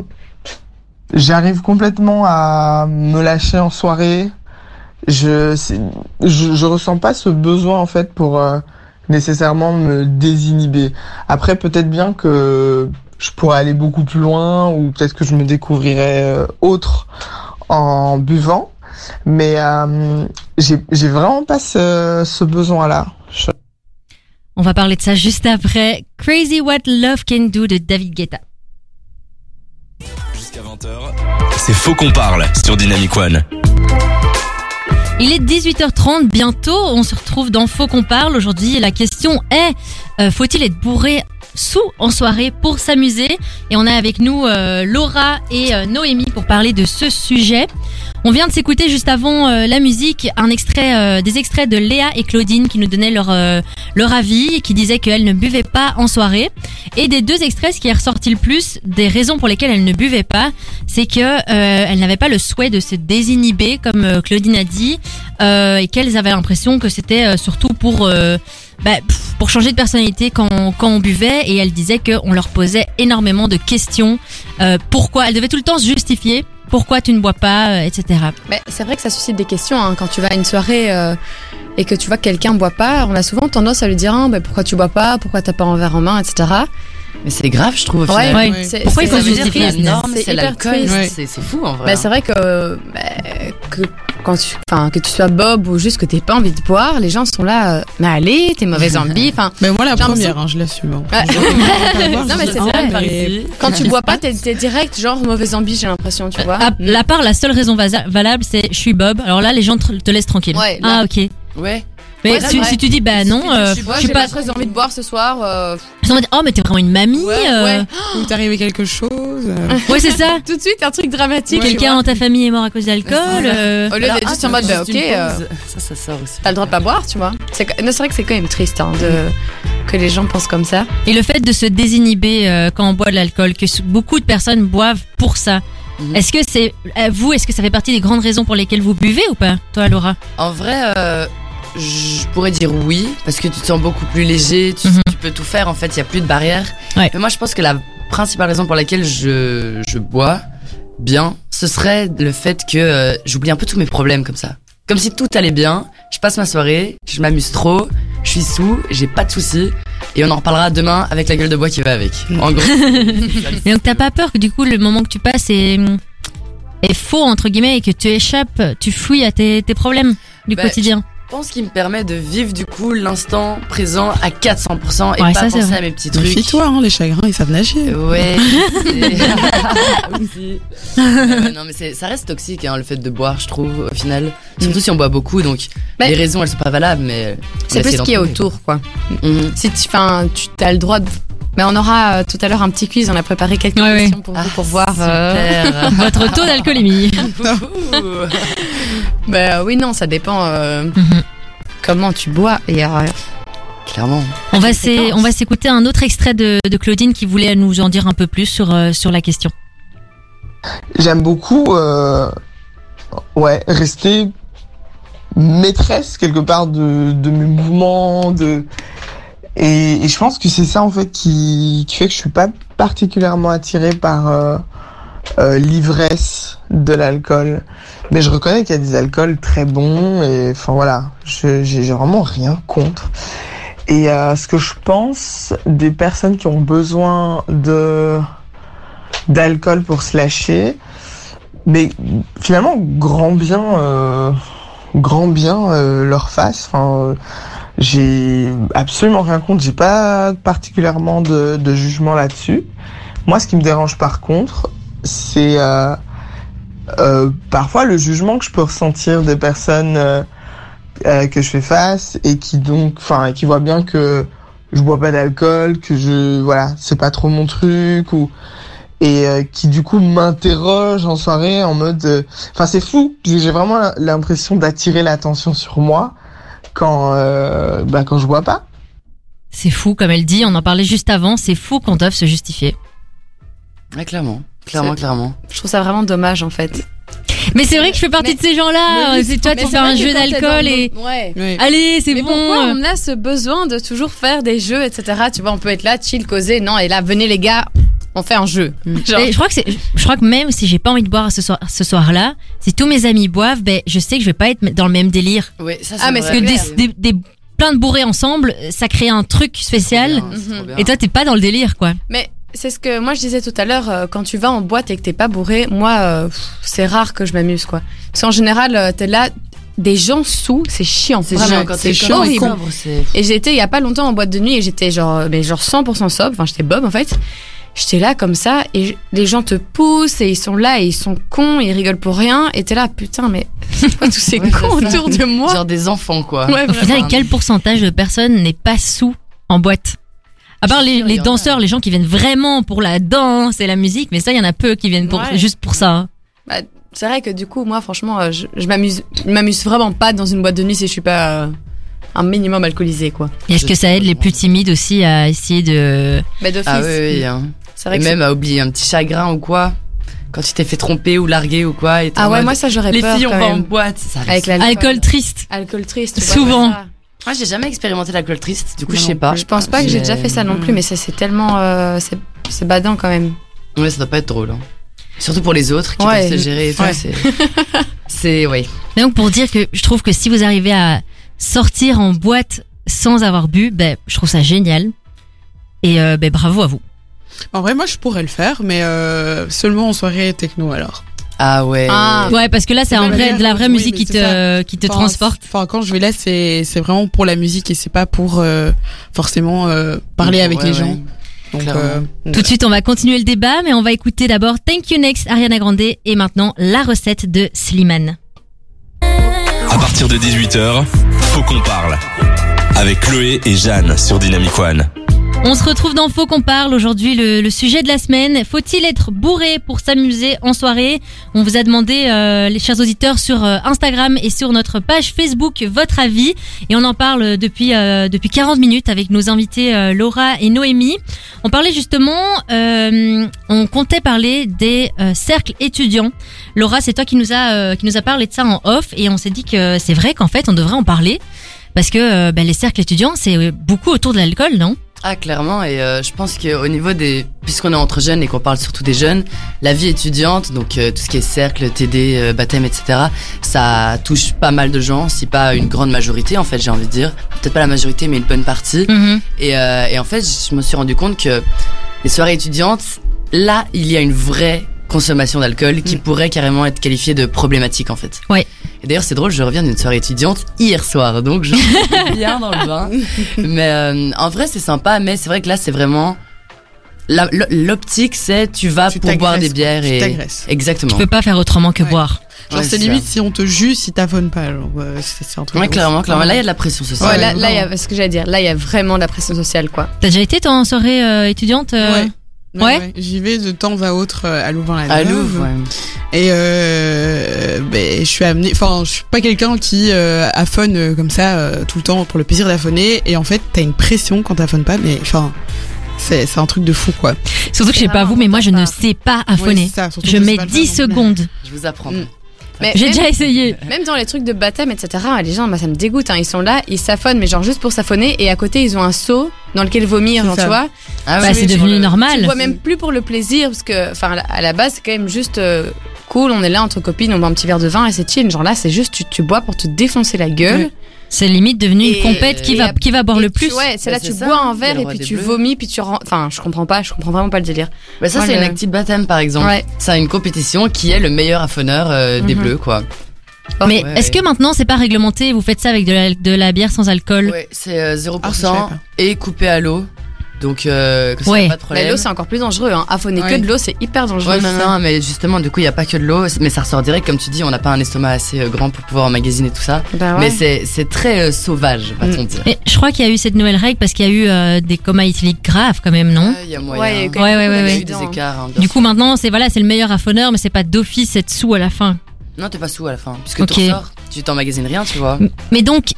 S7: j'arrive complètement à me lâcher en soirée. Je c'est- je, je ressens pas ce besoin en fait pour euh, nécessairement me désinhiber. Après peut-être bien que je pourrais aller beaucoup plus loin ou peut-être que je me découvrirais euh, autre en buvant. Mais euh, j'ai j'ai vraiment pas ce, ce besoin-là. Je-
S2: On va parler de ça juste après. Crazy What Love Can Do de David Guetta.
S1: Jusqu'à 20h, c'est Faux qu'on parle sur Dynamic One.
S2: Il est 18h30 bientôt, on se retrouve dans Faux qu'on parle. Aujourd'hui, la question est euh, faut-il être bourré sous en soirée pour s'amuser Et on a avec nous euh, Laura et euh, Noémie pour parler de ce sujet. On vient de s'écouter juste avant euh, la musique un extrait euh, des extraits de Léa et Claudine qui nous donnaient leur euh, leur avis et qui disaient qu'elles ne buvaient pas en soirée et des deux extraits ce qui est ressorti le plus des raisons pour lesquelles elles ne buvaient pas, c'est que euh, elles n'avaient pas le souhait de se désinhiber comme euh, Claudine a dit euh, et qu'elles avaient l'impression que c'était euh, surtout pour euh, bah, pff, pour changer de personnalité quand, quand on buvait et elles disaient qu'on leur posait énormément de questions euh, pourquoi elles devaient tout le temps se justifier pourquoi tu ne bois pas euh, etc
S3: Mais c'est vrai que ça suscite des questions hein. quand tu vas à une soirée euh, et que tu vois que quelqu'un boit pas. On a souvent tendance à lui dire ah, ben, pourquoi tu bois pas, pourquoi t'as pas un verre en main, etc.
S4: Mais c'est grave, je trouve. Au final.
S5: Ouais.
S3: c'est-
S2: Pourquoi
S3: c'est-
S2: il faut
S4: Ça
S2: se
S4: veut dire que
S2: justifier
S4: la
S2: triste,
S4: norme,
S3: c'est
S4: c'est
S3: hyper
S4: l'alcool.
S3: triste.
S5: Ouais.
S4: C'est c'est fou en vrai.
S3: Bah, c'est vrai que, bah, que quand tu, enfin, que tu sois Bob ou juste que t'aies pas envie de boire, les gens sont là, euh, mais allez, t'es mauvaise envie. Enfin,
S5: Mais moi, la
S3: J'ai
S5: première, hein, je l'assume. hein.
S3: Ouais.
S5: Je veux pas boire,
S3: Non,
S5: je
S3: mais
S5: dis,
S3: c'est
S5: ah,
S3: vrai.
S5: mais-
S3: quand tu bois pas, t'es t'es direct genre mauvaise envie, j'ai l'impression, tu vois.
S2: À, la part, la seule raison vasa- valable, c'est je suis Bob. Alors là, les gens te, te laissent tranquille.
S3: Ouais, là.
S2: ah, ok.
S4: Ouais.
S2: Mais
S3: Ouais, c'est
S2: si,
S3: vrai.
S2: si tu dis, bah non, euh,
S3: Tu vois,
S2: je
S3: j'ai
S2: suis
S3: pas
S2: pas.
S3: très envie de boire ce soir. euh,
S2: Ils vont dire, oh, mais t'es vraiment une mamie.
S3: ouais,
S2: euh.
S3: ouais.
S5: Ou t'es arrivé quelque chose. euh,
S2: Ouais, c'est ça.
S3: Tout de suite, un truc dramatique. tu
S2: Quelqu'un dans ta famille est mort à cause d'alcool. euh,
S3: vois. Au lieu d'être juste en mode, bah,
S4: Juste
S3: ok,
S4: une
S3: euh,
S4: pause. Ça, ça sort aussi.
S3: t'as le droit de pas boire, tu vois. C'est que- non, c'est vrai que c'est quand même triste hein, de... que les gens pensent comme ça.
S2: Et le fait de se désinhiber euh, quand on boit de l'alcool, que s- beaucoup de personnes boivent pour ça.
S4: Mhm.
S2: Est-ce que c'est euh, vous Est-ce que ça fait partie des grandes raisons pour lesquelles vous buvez ou pas, toi, Laura
S4: En vrai, euh, je pourrais dire oui, parce que tu te sens beaucoup plus léger, tu,
S2: Mhm.
S4: tu peux tout faire, en fait, il n'y a plus de barrière.
S2: Ouais.
S4: Mais moi, je pense que la principale raison pour laquelle je, je bois bien, ce serait le fait que euh, j'oublie un peu tous mes problèmes comme ça. Comme si tout allait bien, je passe ma soirée, je m'amuse trop, je suis sous, j'ai pas de soucis, et on en reparlera demain avec la gueule de bois qui va avec. En gros.
S2: Et donc t'as pas peur que du coup le moment que tu passes est, mm, est faux entre guillemets et que tu échappes, tu fouilles à tes, tes problèmes du
S4: Bah,
S2: quotidien.
S4: Je pense qu'il me permet de vivre du coup l'instant présent à 400% et
S2: Ouais,
S4: pas
S2: ça, c'est
S4: penser
S2: vrai.
S4: à mes petits trucs.
S5: Méfie-toi, hein, les chagrins, ils savent nager.
S4: Ouais. c'est- Aussi. Euh, non mais c'est- ça reste toxique hein, le fait de boire je trouve au final. Surtout si on boit beaucoup donc
S3: Mais-
S4: les raisons elles sont pas valables
S3: Mm.
S4: mais on
S3: Bah, C'est
S4: essaie
S3: plus ce
S4: d'en
S3: qui est
S4: trouver.
S3: autour, quoi.
S4: Mhm.
S3: Si tu, enfin, tu as le droit de. Mais on aura euh, tout à l'heure un petit quiz. On a préparé quelques
S2: Ouais,
S3: questions pour vous,
S4: Ah,
S3: pour voir. euh,
S4: super.
S2: Votre taux d'alcoolémie.
S4: Ouh.
S3: Bah oui, non, ça dépend euh,
S2: Mhm.
S3: comment tu bois. Et, euh,
S4: Clairement.
S2: on va s'é- on va s'écouter un autre extrait de, de Claudine qui voulait nous en dire un peu plus sur euh, sur la question.
S7: J'aime beaucoup, euh, ouais, rester maîtresse quelque part de, de mes mouvements, de et, et je pense que c'est ça en fait qui, qui fait que je suis pas particulièrement attirée par euh, euh, l'ivresse de l'alcool. Mais je reconnais qu'il y a des alcools très bons et enfin voilà, je- j'ai j'ai vraiment rien contre. Et euh, ce que je pense des personnes qui ont besoin de d'alcool pour se lâcher. Mais finalement, grand bien, euh, grand bien euh, leur face. Enfin, euh, j'ai absolument rien contre. J'ai pas particulièrement de, de jugement là-dessus. Moi, ce qui me dérange par contre, c'est euh, euh, parfois le jugement que je peux ressentir des personnes euh, euh, que je fais face et qui donc, enfin, et qui voient bien que je bois pas d'alcool, que je, voilà, c'est pas trop mon truc ou et euh, qui du coup m'interroge en soirée en mode euh, enfin c'est fou j'ai j'ai vraiment l'impression d'attirer l'attention sur moi quand euh, bah quand je bois pas
S2: C'est fou comme elle dit. On en parlait juste avant. C'est fou qu'on doive se justifier.
S4: Ouais, clairement. Clairement, clairement.
S3: je trouve ça vraiment dommage, en fait.
S2: Mais c'est vrai que je fais partie
S3: Mais-
S2: de ces gens-là. euh, C'est toi
S3: Mais
S2: pour
S3: c'est
S2: faire
S3: vrai
S2: un
S3: que
S2: jeu
S3: quand t'es
S2: d'alcool
S3: dans le-
S2: et
S3: Ouais.
S5: Ouais.
S2: allez c'est
S3: Mais
S2: bon.
S3: pourquoi
S2: euh,
S3: on a ce besoin de toujours faire des jeux, etc. Tu vois, on peut être là, chill, causer. Non, et là, venez les gars, on fait un jeu. Genre,
S2: Et je crois que c'est, je crois que même si j'ai pas envie de boire ce soir, ce soir-là, si tous mes amis boivent, ben je sais que je vais pas être dans le même délire.
S4: Ouais, ça,
S3: Ah, mais
S4: vrai.
S2: Parce que des, des- des- plein de bourrés ensemble, ça crée un truc spécial.
S4: Trop bien, c'est Mm-hmm. trop bien.
S2: Et toi, t'es pas dans le délire, quoi.
S3: Mais c'est ce que moi je disais tout à l'heure, euh, quand tu vas en boîte et que t'es pas bourré, moi euh, pff, c'est rare que je m'amuse quoi. Parce qu'en général, euh, t'es là, des gens sous, c'est chiant.
S4: c'est
S3: vraiment,
S4: chiant quand t'es
S3: c'est
S4: comme
S3: horrible.
S4: sobre, c'est
S3: Et j'étais il y a pas longtemps en boîte de nuit et j'étais genre, euh, mais genre 100% sobre, enfin j'étais Bob en fait. J'étais là comme ça et je- les gens te poussent et ils sont là et ils sont cons, ils rigolent pour rien et t'es là, putain, mais pourquoi tous ces
S4: Ouais, c'est
S3: cons
S4: ça.
S3: autour de moi
S4: genre des enfants quoi.
S3: Ouais,
S2: Au final,
S4: vraiment.
S2: quel pourcentage de personnes n'est pas sous en boîte À part les,
S4: sûr,
S2: les
S4: il y en a.
S2: danseurs, les gens qui viennent vraiment pour la danse et la musique, mais ça, il y en a peu qui viennent pour,
S3: Ouais.
S2: juste pour ça. hein.
S3: C'est vrai que du coup, moi, franchement, euh, je, je m'amuse, je m'amuse vraiment pas dans une boîte de nuit si je suis pas euh, un minimum alcoolisé, quoi.
S2: Et Est-ce que ça aide les plus timides aussi à essayer de...
S3: Bah, d'office.
S4: Ah oui, oui, hein.
S3: C'est vrai
S4: Et
S3: que
S4: même à oublier un petit chagrin ou quoi. Quand tu t'es fait tromper ou larguer ou quoi. Et
S3: c'est- Ah ouais, moi, ça, j'aurais
S4: les
S3: peur.
S4: filles, on
S3: quand
S4: va en
S3: même.
S4: boîte. Ça
S3: Avec l'alcool.
S2: Alcool triste.
S3: Alcool triste. ou pas,
S2: Souvent.
S3: ouais, ça.
S4: Moi, Ah, j'ai jamais expérimenté l'alcool triste. Du coup,
S5: Moi
S4: je sais
S5: non
S4: pas.
S5: plus.
S3: Je pense pas que j'ai déjà fait ça non plus, mais ça, c'est tellement. euh, c'est, c'est badant quand même.
S4: Ouais, ça doit pas être drôle. hein. Surtout pour les autres qui
S3: Ouais.
S4: peuvent se gérer. et tout,
S3: Ouais.
S4: C'est, c'est ouais.
S2: Mais donc pour dire que je trouve que si vous arrivez à sortir en boîte sans avoir bu, ben je trouve ça génial. Et euh, ben bravo à vous.
S5: En vrai, moi, je pourrais le faire, mais euh, seulement en soirée techno alors.
S4: Ah ouais.
S3: Ah.
S2: Ouais, parce que là, c'est
S5: De
S2: un vrai,
S5: manière-
S2: de la vraie
S5: oui,
S2: musique
S5: mais
S2: qui
S5: c'est
S2: te, qui te
S5: Enfin,
S2: transporte.
S5: c'est- Enfin, quand je vais là, c'est c'est vraiment pour la musique et c'est pas pour euh, forcément euh, parler avec
S4: Ouais,
S5: les
S4: ouais.
S5: gens. Donc,
S4: Clairement.
S5: euh,
S2: Tout de suite, on va continuer le débat, mais on va écouter d'abord Thank You Next, Ariana Grande, et maintenant la recette de Slimane.
S1: À partir de 18h, faut qu'on parle. Avec Chloé et Jeanne sur Dynamic One.
S2: On se retrouve dans Faux qu'on parle aujourd'hui le, le sujet de la semaine. Faut-il être bourré pour s'amuser en soirée On vous a demandé, euh, les chers auditeurs, sur euh, Instagram et sur notre page Facebook votre avis et on en parle depuis euh, depuis 40 minutes avec nos invités euh, Laura et Noémie. On parlait justement, euh, on comptait parler des euh, cercles étudiants. Laura, c'est toi qui nous a euh, qui nous a parlé de ça en off et on s'est dit que c'est vrai qu'en fait on devrait en parler parce que euh, bah, les cercles étudiants c'est euh, beaucoup autour de l'alcool, non
S4: Ah, clairement, et euh, je pense qu'au niveau des. Puisqu'on est entre jeunes et qu'on parle surtout des jeunes, la vie étudiante, donc euh, tout ce qui est cercle, TD, euh, baptême, etc., ça touche pas mal de gens, si pas une grande majorité, en fait, j'ai envie de dire. Peut-être pas la majorité, mais une bonne partie.
S2: Mhm.
S4: Et, euh, et en fait, je me suis rendu compte que les soirées étudiantes, là, il y a une vraie consommation d'alcool qui pourrait carrément être qualifiée de problématique en fait.
S2: Ouais.
S4: Et d'ailleurs c'est drôle, je reviens d'une soirée étudiante hier soir, donc je suis bien dans le bain. Mais euh, en vrai c'est sympa, mais c'est vrai que là c'est vraiment la- l- l'optique c'est tu vas
S5: Tu
S4: Ah, pour boire
S5: t'agresses,
S4: des bières
S5: quoi. Tu
S4: et
S5: t'agresses.
S4: exactement.
S2: Tu peux pas faire autrement que
S5: Ouais.
S2: boire.
S5: Genre,
S4: Ouais,
S5: c'est
S4: ça.
S5: limite si on te juge, si t'avonnes pas. Genre, euh, c'est c'est un truc.
S4: Ouais,
S5: de
S4: clairement,
S5: ouf.
S4: clairement. Là il y a de la pression sociale.
S3: Ouais, là, là, il y a ce que j'allais dire. Là, il y a vraiment de la pression sociale, quoi.
S2: T'as déjà été toi en soirée euh, étudiante euh,
S5: Ouais. Ouais,
S2: Ouais.
S5: ouais. J'y vais de temps à autre euh, à
S4: à
S5: Louvain-la-Neuve.
S4: Louvre. ouais.
S5: Et euh, ben, je suis amenée, enfin, je suis pas quelqu'un qui euh, affonne euh, comme ça euh, tout le temps pour le plaisir d'affonner. Et en fait, t'as une pression quand t'affonnes pas, mais enfin, c'est c'est un truc de fou quoi.
S2: Surtout que je sais pas vous, mais moi je ne sais pas
S5: Ouais,
S2: affonner.
S5: c'est ça, surtout
S2: je
S5: que
S2: mets
S5: c'est pas le
S2: 10
S5: faire non plus.
S2: secondes.
S4: Je vous apprends.
S5: Mm.
S3: Mais
S2: J'ai
S3: même-
S2: déjà essayé.
S3: Même dans les trucs de baptême, etc., les gens, moi, ça me dégoûte. hein. Ils sont là, ils s'affonent, mais genre juste pour s'affonner. Et à côté, ils ont un seau dans lequel vomir,
S5: C'est
S3: genre,
S5: ça.
S3: tu vois.
S4: Ah
S2: Bah,
S4: oui,
S2: c'est
S4: oui,
S2: devenu
S4: sur le-
S3: Tu
S2: normal.
S3: bois même plus pour le plaisir, parce que, enfin, à la- à la base, c'est quand même juste euh, cool. On est là entre copines, on boit un petit verre de vin et c'est chill. Genre là, c'est juste, tu, tu bois pour te défoncer la gueule.
S2: C'est limite devenu une
S3: Et-
S2: compète qui
S3: et
S2: va
S3: après-
S2: qui va boire
S3: Et
S2: le
S3: tu-
S2: plus.
S3: Ouais, c'est là,
S4: Bah,
S3: tu
S4: c'est
S3: bois
S4: ça.
S3: un
S4: Il y a
S3: verre
S4: le
S3: et
S4: roi
S3: puis
S4: des
S3: tu
S4: bleus.
S3: vomis, puis tu rentres. Enfin, je comprends pas, je comprends vraiment pas le délire.
S4: Bah ça,
S3: Moi,
S4: c'est
S3: le-
S4: une active baptême, par exemple.
S3: Ouais.
S4: C'est une compétition qui est le meilleur affoneur euh, des
S3: Mhm.
S4: Bleus, quoi.
S2: Mais
S4: Ouais,
S2: est-ce
S4: ouais.
S2: que maintenant c'est pas réglementé Vous faites ça avec de la, de la bière sans alcool
S4: Ouais, c'est euh, 0%
S5: Ah, je savais pas.
S4: et coupé à l'eau. Donc, euh, comme ça,
S2: Ouais.
S4: y a pas de
S3: Mais
S4: problème.
S3: l'eau, c'est encore plus dangereux. Hein. Affonner
S5: Ouais.
S3: que de l'eau, c'est hyper dangereux.
S4: Ouais, non, non, mais justement, du coup, il n'y a pas que de l'eau. Mais ça ressort direct, comme tu dis, on n'a pas un estomac assez euh, grand pour pouvoir emmagasiner tout ça.
S3: Bah ouais.
S4: Mais c'est- c'est très euh, sauvage, va-t-on dire.
S2: Mais je crois qu'il y a eu cette nouvelle règle parce qu'il y a eu euh, des comas éthyliques graves quand même, non
S4: Ouais, Il y a
S3: Ouais,
S4: moyen.
S3: ouais,
S2: Ouais, ouais, ouais,
S4: Il y a
S2: ouais.
S4: eu des écarts. hein, bien
S2: Du
S4: sûr.
S2: coup maintenant c'est voilà c'est le meilleur affoneur mais c'est pas d'office 7 sous à la fin.
S4: Non, t'es pas sous à la fin. Puisque
S2: Ok.
S4: tu ressors, tu t'emmagasines rien, tu vois.
S2: Mais donc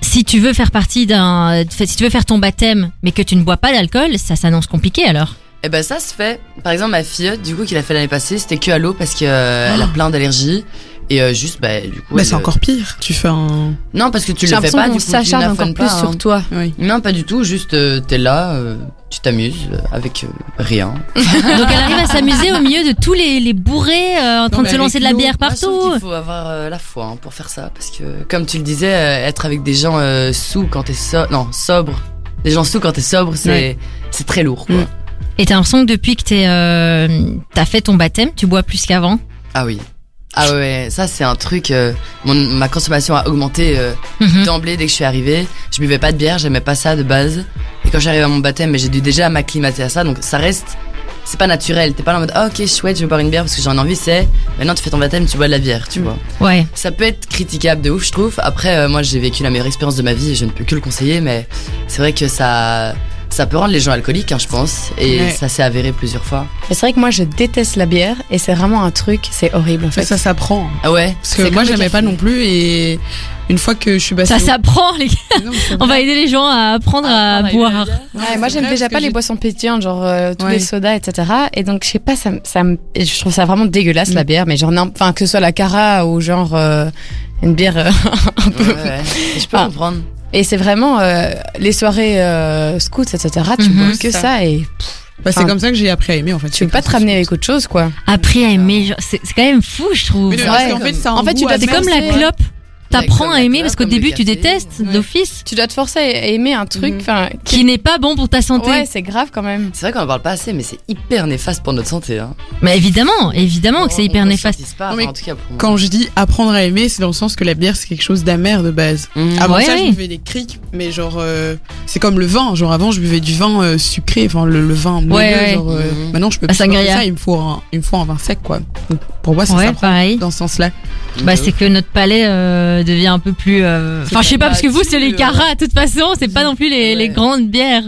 S2: si tu veux faire partie d'un fait, si tu veux faire ton baptême mais que tu ne bois pas d'alcool ça s'annonce compliqué alors.
S4: Eh ben ça se fait. Par exemple ma fille, du coup qu'il a fait l'année passée, c'était que à l'eau parce que euh,
S3: Ah.
S4: elle a plein d'allergies et euh, juste bah du coup.
S5: Bah,
S4: elle,
S5: c'est
S4: euh,
S5: encore pire. Tu fais un.
S4: Non parce que tu
S3: J'ai
S4: le fais
S3: l'impression
S4: pas, du
S3: qu'on
S4: coup tu
S3: s'acharne encore
S4: n'affanes
S3: plus
S4: pas. hein.
S3: sur toi.
S5: Oui.
S4: Non pas du tout, juste euh, t'es là, euh, tu t'amuses euh, avec euh, rien.
S2: Donc elle arrive à s'amuser au milieu de tous les, les bourrés euh, en train de
S5: mais
S2: se lancer de la
S5: avec l'eau,
S2: bière
S4: Moi, je trouve
S2: partout.
S4: qu'il faut avoir euh, la foi hein, pour faire ça parce que comme tu le disais, euh, être avec des gens euh, sous quand t'es so non sobre, des gens sous quand t'es sobre, c'est c'est très lourd quoi.
S5: Mm.
S2: Et t'as l'impression que depuis que t'es, euh, t'as fait ton baptême, tu bois plus qu'avant.
S4: Ah oui. Ah ouais, ça c'est un truc. euh, mon, ma consommation a augmenté. euh,
S2: Mhm.
S4: d'emblée dès que je suis arrivée. Je buvais pas de bière, j'aimais pas ça de base. Et quand j'arrive à mon baptême, mais j'ai dû déjà m'acclimater à ça, donc ça reste. C'est pas naturel. T'es pas là en mode ah, ok chouette, je vais boire une bière parce que j'en ai envie. C'est maintenant tu fais ton baptême, tu bois de la bière,
S2: Mm.
S4: tu vois.
S2: Mhm. Ouais.
S4: Ça peut être critiquable de ouf, je trouve. Après, euh, moi j'ai vécu la meilleure expérience de ma vie et je ne peux que le conseiller, mais c'est vrai que ça. Ça peut rendre les gens alcooliques, hein, je pense, et
S5: Ouais.
S4: ça s'est avéré plusieurs fois.
S3: Mais c'est vrai que moi, je déteste la bière et c'est vraiment un truc, c'est horrible en
S5: Mais
S3: fait.
S5: ça s'apprend.
S4: Ah ouais.
S5: Parce
S4: c'est
S5: que
S4: comme
S5: moi,
S4: le
S5: j'aimais pas
S4: café.
S5: non plus. Et une fois que je suis passée.
S2: Ça
S5: au-
S2: s'apprend, les gars.
S5: Non, mais c'est
S2: On
S5: vrai.
S2: va aider les gens à apprendre à boire.
S5: Non,
S3: Ouais,
S5: mais
S3: moi
S5: c'est
S3: j'aime
S5: vrai,
S3: déjà
S5: parce
S3: pas
S5: que
S3: les boissons pétillantes, genre euh, tous
S5: Ouais.
S3: les sodas, etc. Et donc je sais pas, ça, me- ça me- et je trouve ça vraiment dégueulasse la
S5: Mm.
S3: bière, mais genre, n'im- enfin que ce soit la cara ou genre euh, une bière euh, un peu.
S4: Ouais, ouais. Et Je peux
S3: Ah.
S4: comprendre.
S3: Et c'est vraiment euh, les soirées euh, scouts, etc. Tu
S2: Mhm.
S3: bois que ça,
S5: Mm-hmm. Ça.
S3: et
S5: Bah, c'est
S3: Enfin,
S5: comme ça que j'ai appris à aimer en fait.
S3: tu peux pas te ramener avec autre chose, quoi.
S2: Après à aimer, genre, c'est c'est quand même fou, je trouve.
S5: Mais non,
S3: Ouais.
S5: parce qu'en fait, c'est un
S3: En fait, tu
S5: goût
S3: dois-
S2: C'est
S5: amer,
S2: comme la
S3: c'est-
S2: clope. t'apprends à
S4: Comme la
S2: aimer
S4: couleur,
S2: parce qu'au
S4: comme le
S2: début tu
S4: café.
S2: détestes
S5: Ouais.
S2: d'office,
S3: Tu dois te forcer à aimer un truc.
S5: Mm-hmm.
S4: Mhm.
S3: Enfin,
S2: qui n'est pas bon pour ta santé.
S3: ouais, c'est grave quand même.
S4: C'est vrai qu'on en parle pas assez, mais c'est hyper néfaste pour notre santé. Hein.
S2: Mais évidemment, évidemment que c'est
S4: On- Oh, on
S2: hyper
S4: le
S2: néfaste.
S4: conscientise pas,
S5: Non, mais
S4: enfin, en tout cas pour moi.
S5: Quand je dis apprendre à aimer, c'est dans le sens que la bière c'est quelque chose d'amer de base.
S4: Mmh.
S3: Ah,
S5: Avant
S2: Ouais,
S5: ça,
S2: ouais.
S5: je buvais des criques, mais genre euh, c'est comme le vin. Genre avant, je buvais du vin euh, sucré, enfin le, le vin moelleux.
S2: ouais.
S5: Genre, euh,
S4: Mhm.
S5: Maintenant, je peux
S2: Un
S5: plus faire
S2: sangria.
S5: ça. Il me faut un, il me faut un vin sec, quoi. Donc, pour moi, c'est
S2: Ouais,
S5: ça
S2: pareil.
S5: dans ce sens-là.
S2: Bah, c'est que notre palais euh, devient un peu plus. euh, Enfin, je sais pas, parce que vous, c'est les caras, de toute façon, c'est pas non plus les, les
S4: Ouais.
S2: grandes bières.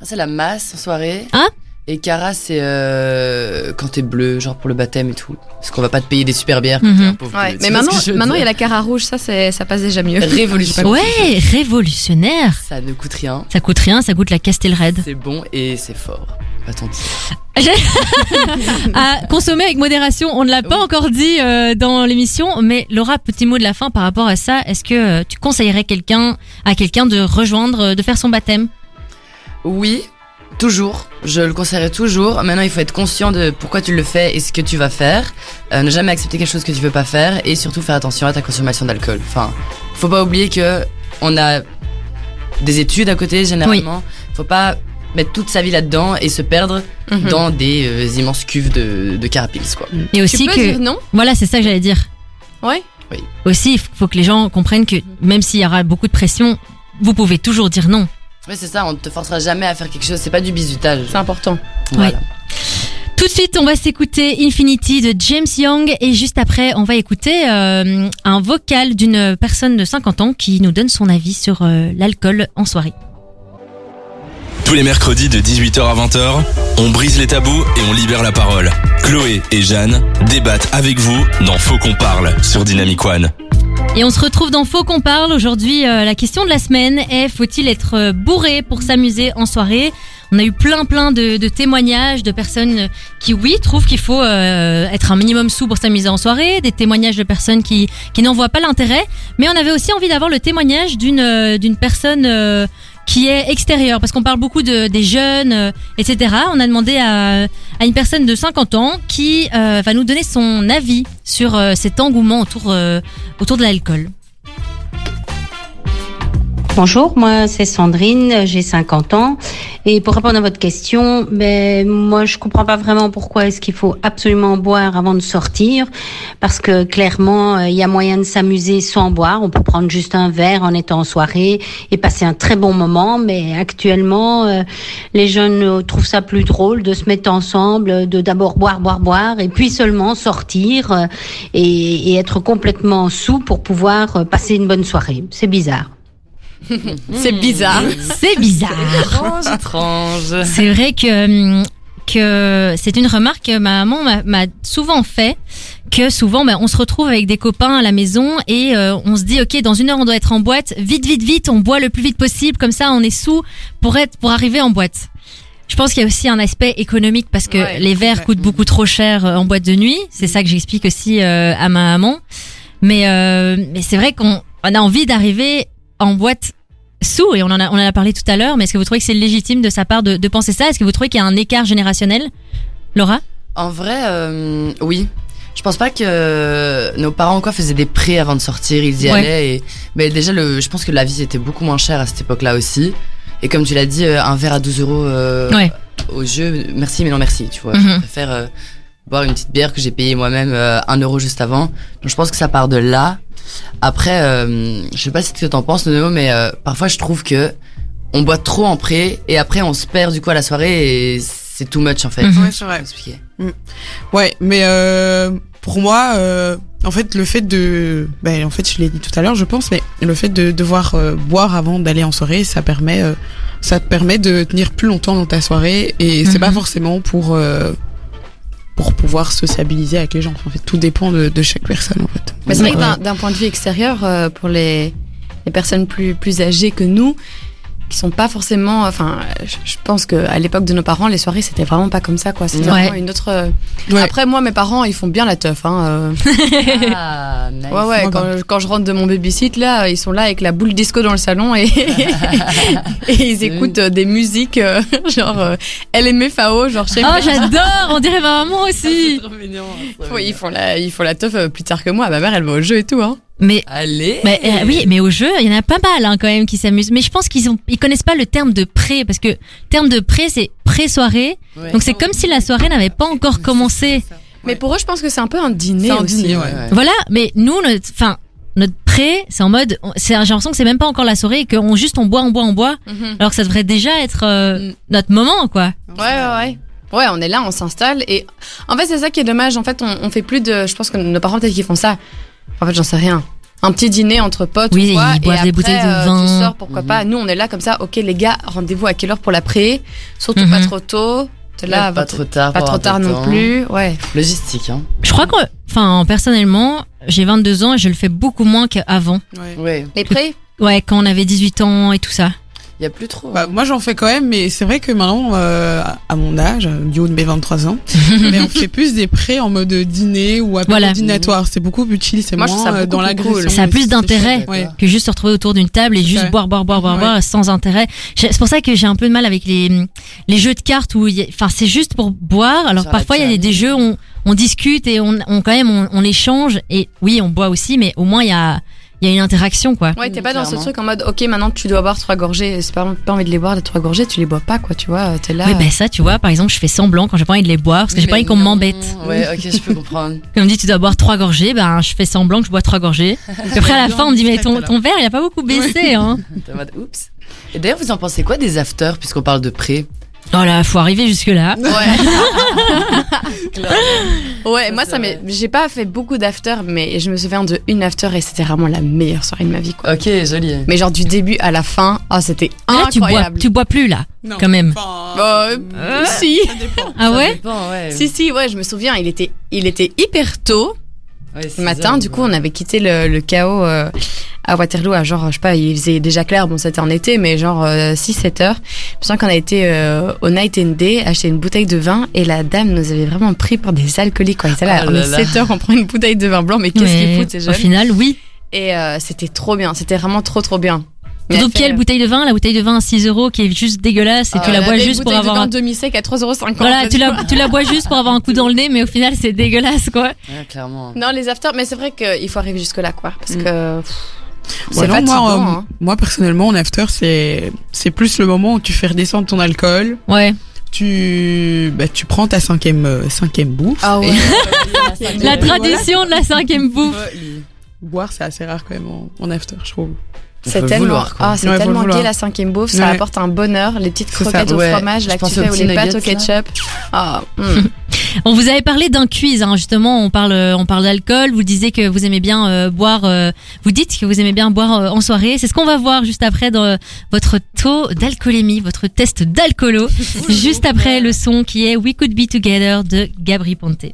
S4: Ah, c'est la masse en soirée.
S2: Hein
S4: Et Cara, c'est euh, quand t'es bleu, genre pour le baptême et tout. Parce qu'on va pas te payer des super bières. quand
S2: Mhm.
S4: t'es un pauvre bleu,
S3: Ouais.
S4: tu
S3: Mais
S4: vois
S3: maintenant,
S4: ce que je veux
S3: maintenant il y a
S4: dire.
S3: la cara rouge, ça, c'est, ça passe déjà mieux.
S4: révolution.
S2: Ouais, révolutionnaire.
S4: Ça ne coûte rien.
S2: Ça coûte rien, ça coûte la Castelred.
S4: C'est bon et c'est fort. Attends.
S2: À consommer avec modération, on ne l'a pas
S4: Oui.
S2: encore dit euh, dans l'émission, mais Laura, petit mot de la fin par rapport à ça. Est-ce que euh, tu conseillerais quelqu'un à quelqu'un de rejoindre, euh, de faire son baptême
S4: Oui, toujours. Je le conseillerais toujours. Maintenant, il faut être conscient de pourquoi tu le fais et ce que tu vas faire. Euh, ne jamais accepter quelque chose que tu veux pas faire et surtout faire attention à ta consommation d'alcool. Enfin, faut pas oublier que on a des études à côté généralement. Faut pas mettre toute sa vie là-dedans et se perdre
S3: Mhm.
S4: dans des euh, immenses cuves de, de carapils, quoi.
S2: Et
S3: tu
S2: aussi
S3: peux
S2: que
S3: dire non
S2: voilà, c'est ça que j'allais dire.
S3: Ouais.
S4: Oui.
S2: Aussi, il faut faut que les gens comprennent que même s'il y aura beaucoup de pression, vous pouvez toujours dire non.
S4: Ouais, c'est ça. On ne te forcera jamais à faire quelque chose. C'est pas du bizutage.
S3: C'est important.
S4: Voilà.
S2: Tout de suite, on va s'écouter Infinity de James Young et juste après, on va écouter euh, un vocal d'une personne de 50 ans qui nous donne son avis sur euh, l'alcool en soirée.
S1: Tous les mercredis de 18h à 20h, on brise les tabous et on libère la parole. Chloé et Jeanne débattent avec vous dans Faux qu'on parle sur Dynamic One.
S2: Et on se retrouve dans Faux qu'on parle. Aujourd'hui, euh, la question de la semaine est faut-il être euh, bourré pour s'amuser en soirée On a eu plein plein de, de témoignages de personnes qui, oui, trouvent qu'il faut euh, être un minimum sous pour s'amuser en soirée, des témoignages de personnes qui, qui n'en voient pas l'intérêt, mais on avait aussi envie d'avoir le témoignage d'une euh, d'une personne euh, qui est extérieure, parce qu'on parle beaucoup de, des jeunes, euh, etc. On a demandé à, à une personne de 50 ans qui euh, va nous donner son avis sur euh, cet engouement autour... euh, autour de l'alcool.
S8: Bonjour, moi c'est Sandrine, j'ai 50 ans et pour répondre à votre question, ben moi je comprends pas vraiment pourquoi est-ce qu'il faut absolument boire avant de sortir parce que clairement euh, il y a moyen de s'amuser sans boire, on peut prendre juste un verre en étant en soirée et passer un très bon moment mais actuellement euh, les jeunes euh, trouvent ça plus drôle de se mettre ensemble, euh, de d'abord boire boire boire et puis seulement sortir euh, et, et être complètement sous pour pouvoir euh, passer une bonne soirée. C'est bizarre.
S3: C'est bizarre.
S2: C'est bizarre.
S4: Étrange, étrange.
S2: C'est vrai que hum, que c'est une remarque que ma maman m'a- m'a souvent fait que souvent ben, on se retrouve avec des copains à la maison et euh, on se dit ok dans une heure on doit être en boîte vite vite vite on boit le plus vite possible comme ça on est sous pour être pour arriver en boîte je pense qu'il y a aussi un aspect économique parce que
S3: Ouais,
S2: les verres
S5: ouais.
S2: coûtent beaucoup trop cher euh, en boîte de nuit c'est ça que j'explique aussi euh, à ma maman mais euh, mais c'est vrai qu'on on a envie d'arriver en boîte sous et on en a on en a parlé tout à l'heure mais est-ce que vous trouvez que c'est légitime de sa part de, de penser ça est-ce que vous trouvez qu'il y a un écart générationnel Laura
S4: En vrai, euh, oui. Je pense pas que nos parents quoi faisaient des prêts avant de sortir, ils y
S2: Ouais.
S4: allaient. Et... Mais déjà, le... je pense que la vie était beaucoup moins chère à cette époque-là aussi. Et comme tu l'as dit, euh, un verre à 12 euros euh,
S2: Ouais.
S4: au jeu, merci mais non merci, tu vois.
S2: Mhm.
S4: Je préfère euh, boire une petite bière que j'ai payée moi-même euh, 1 euro juste avant. Donc je pense que ça part de là. Après, euh, je sais pas si tu t'en penses, Nono, mais euh, parfois je trouve que on boit trop en prêt et après on se perd du coup à la soirée et c'est too much en fait.
S2: Mhm.
S5: Ouais, c'est vrai.
S4: Expliquer.
S5: Ouais, mais euh, pour moi, euh, en fait, le fait de, ben, en fait, je l'ai dit tout à l'heure, je pense, mais le fait de devoir euh, boire avant d'aller en soirée, ça permet, euh, ça te permet de tenir plus longtemps dans ta soirée, et
S2: Mhm.
S5: c'est pas forcément pour euh, pour pouvoir sociabiliser avec les gens. En fait, tout dépend de, de chaque personne, en fait.
S3: Mais c'est
S5: Donc,
S3: vrai que d'un- d'un point de vue extérieur, euh, pour les, les personnes plus, plus âgées que nous, qui sont pas forcément. Enfin, je, je pense qu'à l'époque de nos parents, les soirées, c'était vraiment pas comme ça, quoi. C'était
S2: Ouais.
S3: vraiment une autre. euh,
S5: Ouais.
S3: Après, moi, mes parents, ils font bien la teuf. Hein, euh.
S4: Ah, nice.
S3: Ouais, ouais,
S5: Moi,
S3: quand, quand je rentre de mon babysit, là, ils sont là avec la boule disco dans le salon et, et ils écoutent euh, des musiques, euh, genre euh, LMFAO, genre chez
S2: Oh j'adore on dirait ma maman aussi
S4: trop mignon.
S3: Ils font la, ils font la teuf euh, plus tard que moi. Ma mère, elle va au jeu et tout, hein.
S2: Mais
S4: Allez
S2: mais, euh, oui, mais au jeu, il y en a pas mal hein, quand même qui s'amusent. Mais je pense qu'ils ont, ils connaissent pas le terme de pré parce que terme de pré c'est pré-soirée.
S4: Ouais.
S2: Donc c'est comme si la soirée n'avait pas encore commencé.
S3: Mais pour eux, je pense que c'est un peu un dîner
S5: C'est un
S3: aussi.
S5: dîner, ouais.
S4: Ouais, ouais.
S2: Voilà. Mais nous, notre, enfin notre pré, c'est en mode, on- c'est j'ai l'impression que c'est même pas encore la soirée et qu'on juste on boit, on boit, on boit.
S3: Mhm.
S2: Alors que ça devrait déjà être euh,
S3: Mm.
S2: notre moment quoi.
S3: Ouais, ouais, ouais. Ouais, on est là, on s'installe. Et en fait, c'est ça qui est dommage. En fait, on, on fait plus de. Je pense que nos parents, peut-être qu'ils font ça. En fait, j'en sais rien. Un petit dîner entre potes
S2: Oui,
S3: ou quoi.
S2: ils boivent
S3: et
S2: des
S3: après,
S2: bouteilles de
S3: euh,
S2: vin.
S3: Tu sors, pourquoi
S4: Mhm.
S3: pas. Nous, on est là comme ça. Ok, les gars, rendez-vous à quelle heure pour l'après Surtout pas
S2: Mhm.
S3: trop tôt. T'es là, à
S4: pas
S3: 20
S4: trop tard.
S3: pas
S4: pour
S3: trop
S4: avoir
S3: tard
S4: le
S3: non
S4: temps.
S3: plus. Ouais.
S4: Logistique, hein.
S2: Je crois que, enfin personnellement, j'ai 22 ans et je le fais beaucoup moins qu'avant.
S5: Ouais.
S4: Ouais.
S3: Les prêts
S2: Ouais, quand on avait 18 ans et tout ça.
S4: Il y a plus trop. hein.
S5: Bah, moi j'en fais quand même, mais c'est vrai que maintenant, euh, à mon âge, euh, du haut de mes 23 ans, mais on fait plus des prêts en mode dîner ou apéro
S2: Voilà.
S5: dînatoire. C'est beaucoup plus chill, c'est
S3: Moi, je
S5: moins
S3: trouve ça
S5: euh, dans
S3: beaucoup
S5: la
S3: plus cool.
S2: Ça a plus d'intérêt.
S5: Ouais.
S2: que juste se retrouver autour d'une table et juste
S5: Ouais.
S2: boire, boire, boire, boire,
S5: Ouais.
S2: boire sans intérêt. J'ai- C'est pour ça que j'ai un peu de mal avec les, les jeux de cartes où, il y a- enfin, c'est juste pour boire. Alors
S4: Sur la
S2: parfois, il y a des,
S4: pyramide.
S2: des jeux où on, on discute et on, on quand même, on, on échange et oui, on boit aussi, mais au moins, il y a, il y a une interaction, quoi.
S3: Ouais, t'es pas dans ce
S4: Clairement.
S3: truc en mode, ok, maintenant tu dois boire trois gorgées. C'est pas, pas envie de les boire, les trois gorgées, tu les bois pas, quoi, tu vois. euh, T'es là.
S2: Oui, ben ça, tu vois, par exemple, je fais semblant quand j'ai pas envie de les boire parce que j'ai pas
S4: Mais
S2: envie qu'on
S4: non.
S2: m'embête.
S4: Ouais, ok, je peux comprendre.
S2: Comme dit, tu dois boire trois gorgées, ben je fais semblant que je bois trois gorgées. Puis après, à la
S5: Bien
S2: fin, on me dit, mais
S5: discrète,
S2: ton,
S5: alors.
S2: ton verre, il a pas beaucoup baissé, hein.
S4: T'es en mode, oups. Et d'ailleurs, vous en pensez quoi des afters, puisqu'on parle de pré
S2: Oh là, faut arriver jusque là.
S4: Ouais.
S3: Ouais,
S4: Ça,
S3: moi
S4: c'est
S3: ça m'est.
S4: vrai.
S3: J'ai pas fait beaucoup d'after, mais je me souviens de une after et c'était vraiment la meilleure soirée de ma vie, quoi.
S4: ok, joli.
S3: Mais genre du début à la fin, ah c'était
S2: Là, tu bois,
S3: incroyable.
S2: tu bois plus là.
S5: Non.
S2: Quand même.
S5: Enfin,
S3: Bah,
S5: euh,
S3: si,
S5: ça dépend.
S2: Ah
S4: Ça
S2: ouais?
S4: dépend, ouais.
S3: si, si, ouais, je me souviens, il était, il était hyper tôt
S4: Ouais, six
S3: le matin.
S4: heures,
S3: Du coup,
S4: ouais.
S3: on avait quitté le, le chaos euh, à Waterloo à genre, je sais pas, il faisait déjà clair, bon, c'était en été, mais genre 6-7 heures. Je me souviens qu'on a été euh, au Night and Day acheter une bouteille de vin et la dame nous avait vraiment pris pour des alcooliques, quoi. Elle était là,
S4: Oh
S3: on
S4: là
S3: est
S4: là.
S3: 7 heures, on prend une bouteille de vin blanc, mais qu'est-ce
S2: Mais
S3: qu'ils foutent ces
S2: Au
S3: jeunes
S2: final, oui.
S3: Et euh, c'était trop bien, c'était vraiment trop trop bien. Mais
S2: Donc
S3: elle fait- euh,
S2: quelle bouteille de vin La bouteille de vin à 6 euros qui est juste dégueulasse et tu
S3: Ah,
S2: la
S3: on
S2: bois
S3: avait une
S2: juste pour
S3: bouteille de
S2: avoir
S3: vin
S2: un...
S3: demi-sec à 3,50€.
S2: Voilà, tu la, tu la bois juste pour avoir un coup dans le nez, mais au final c'est dégueulasse quoi.
S4: Ouais, clairement.
S3: Non, les afters, mais c'est vrai qu'il faut arriver jusque-là, quoi. Parce
S4: Mm.
S3: que. pff, C'est
S5: Voilà,
S3: fatigant,
S5: moi, euh,
S3: hein.
S5: moi personnellement, en after, c'est c'est plus le moment où tu fais redescendre ton alcool,
S2: Ouais.
S5: tu bah, tu prends ta cinquième euh, cinquième bouffe.
S3: Ah ouais.
S2: La
S5: Et
S2: tradition de la
S3: Ah.
S2: cinquième bouffe.
S5: voilà. Euh, Boire, c'est assez rare quand même en, en after, je trouve.
S4: Faut
S3: C'est
S4: le
S3: tellement,
S4: vouloir, quoi.
S3: ah, c'est
S5: Ouais, faut le
S3: tellement
S5: vouloir.
S3: gai la cinquième bouffe, ça
S5: Ouais.
S3: apporte un bonheur. Les petites
S5: C'est ça,
S3: croquettes au
S4: ouais.
S3: fromage, là
S4: Je
S3: que tu
S4: pense aux
S3: fais, ou
S4: petits
S3: les pâtes au
S4: nuggets, là.
S3: ketchup. Ah, mm.
S2: On vous avait parlé d'un quiz, hein, justement. On parle, euh, on parle d'alcool. Vous disiez que vous aimez bien euh, boire. euh, vous dites que vous aimez bien boire euh, en soirée. C'est ce qu'on va voir juste après dans euh, votre taux d'alcoolémie, votre test d'alcoolo. juste après le son qui est We Could Be Together de Gabri Ponte.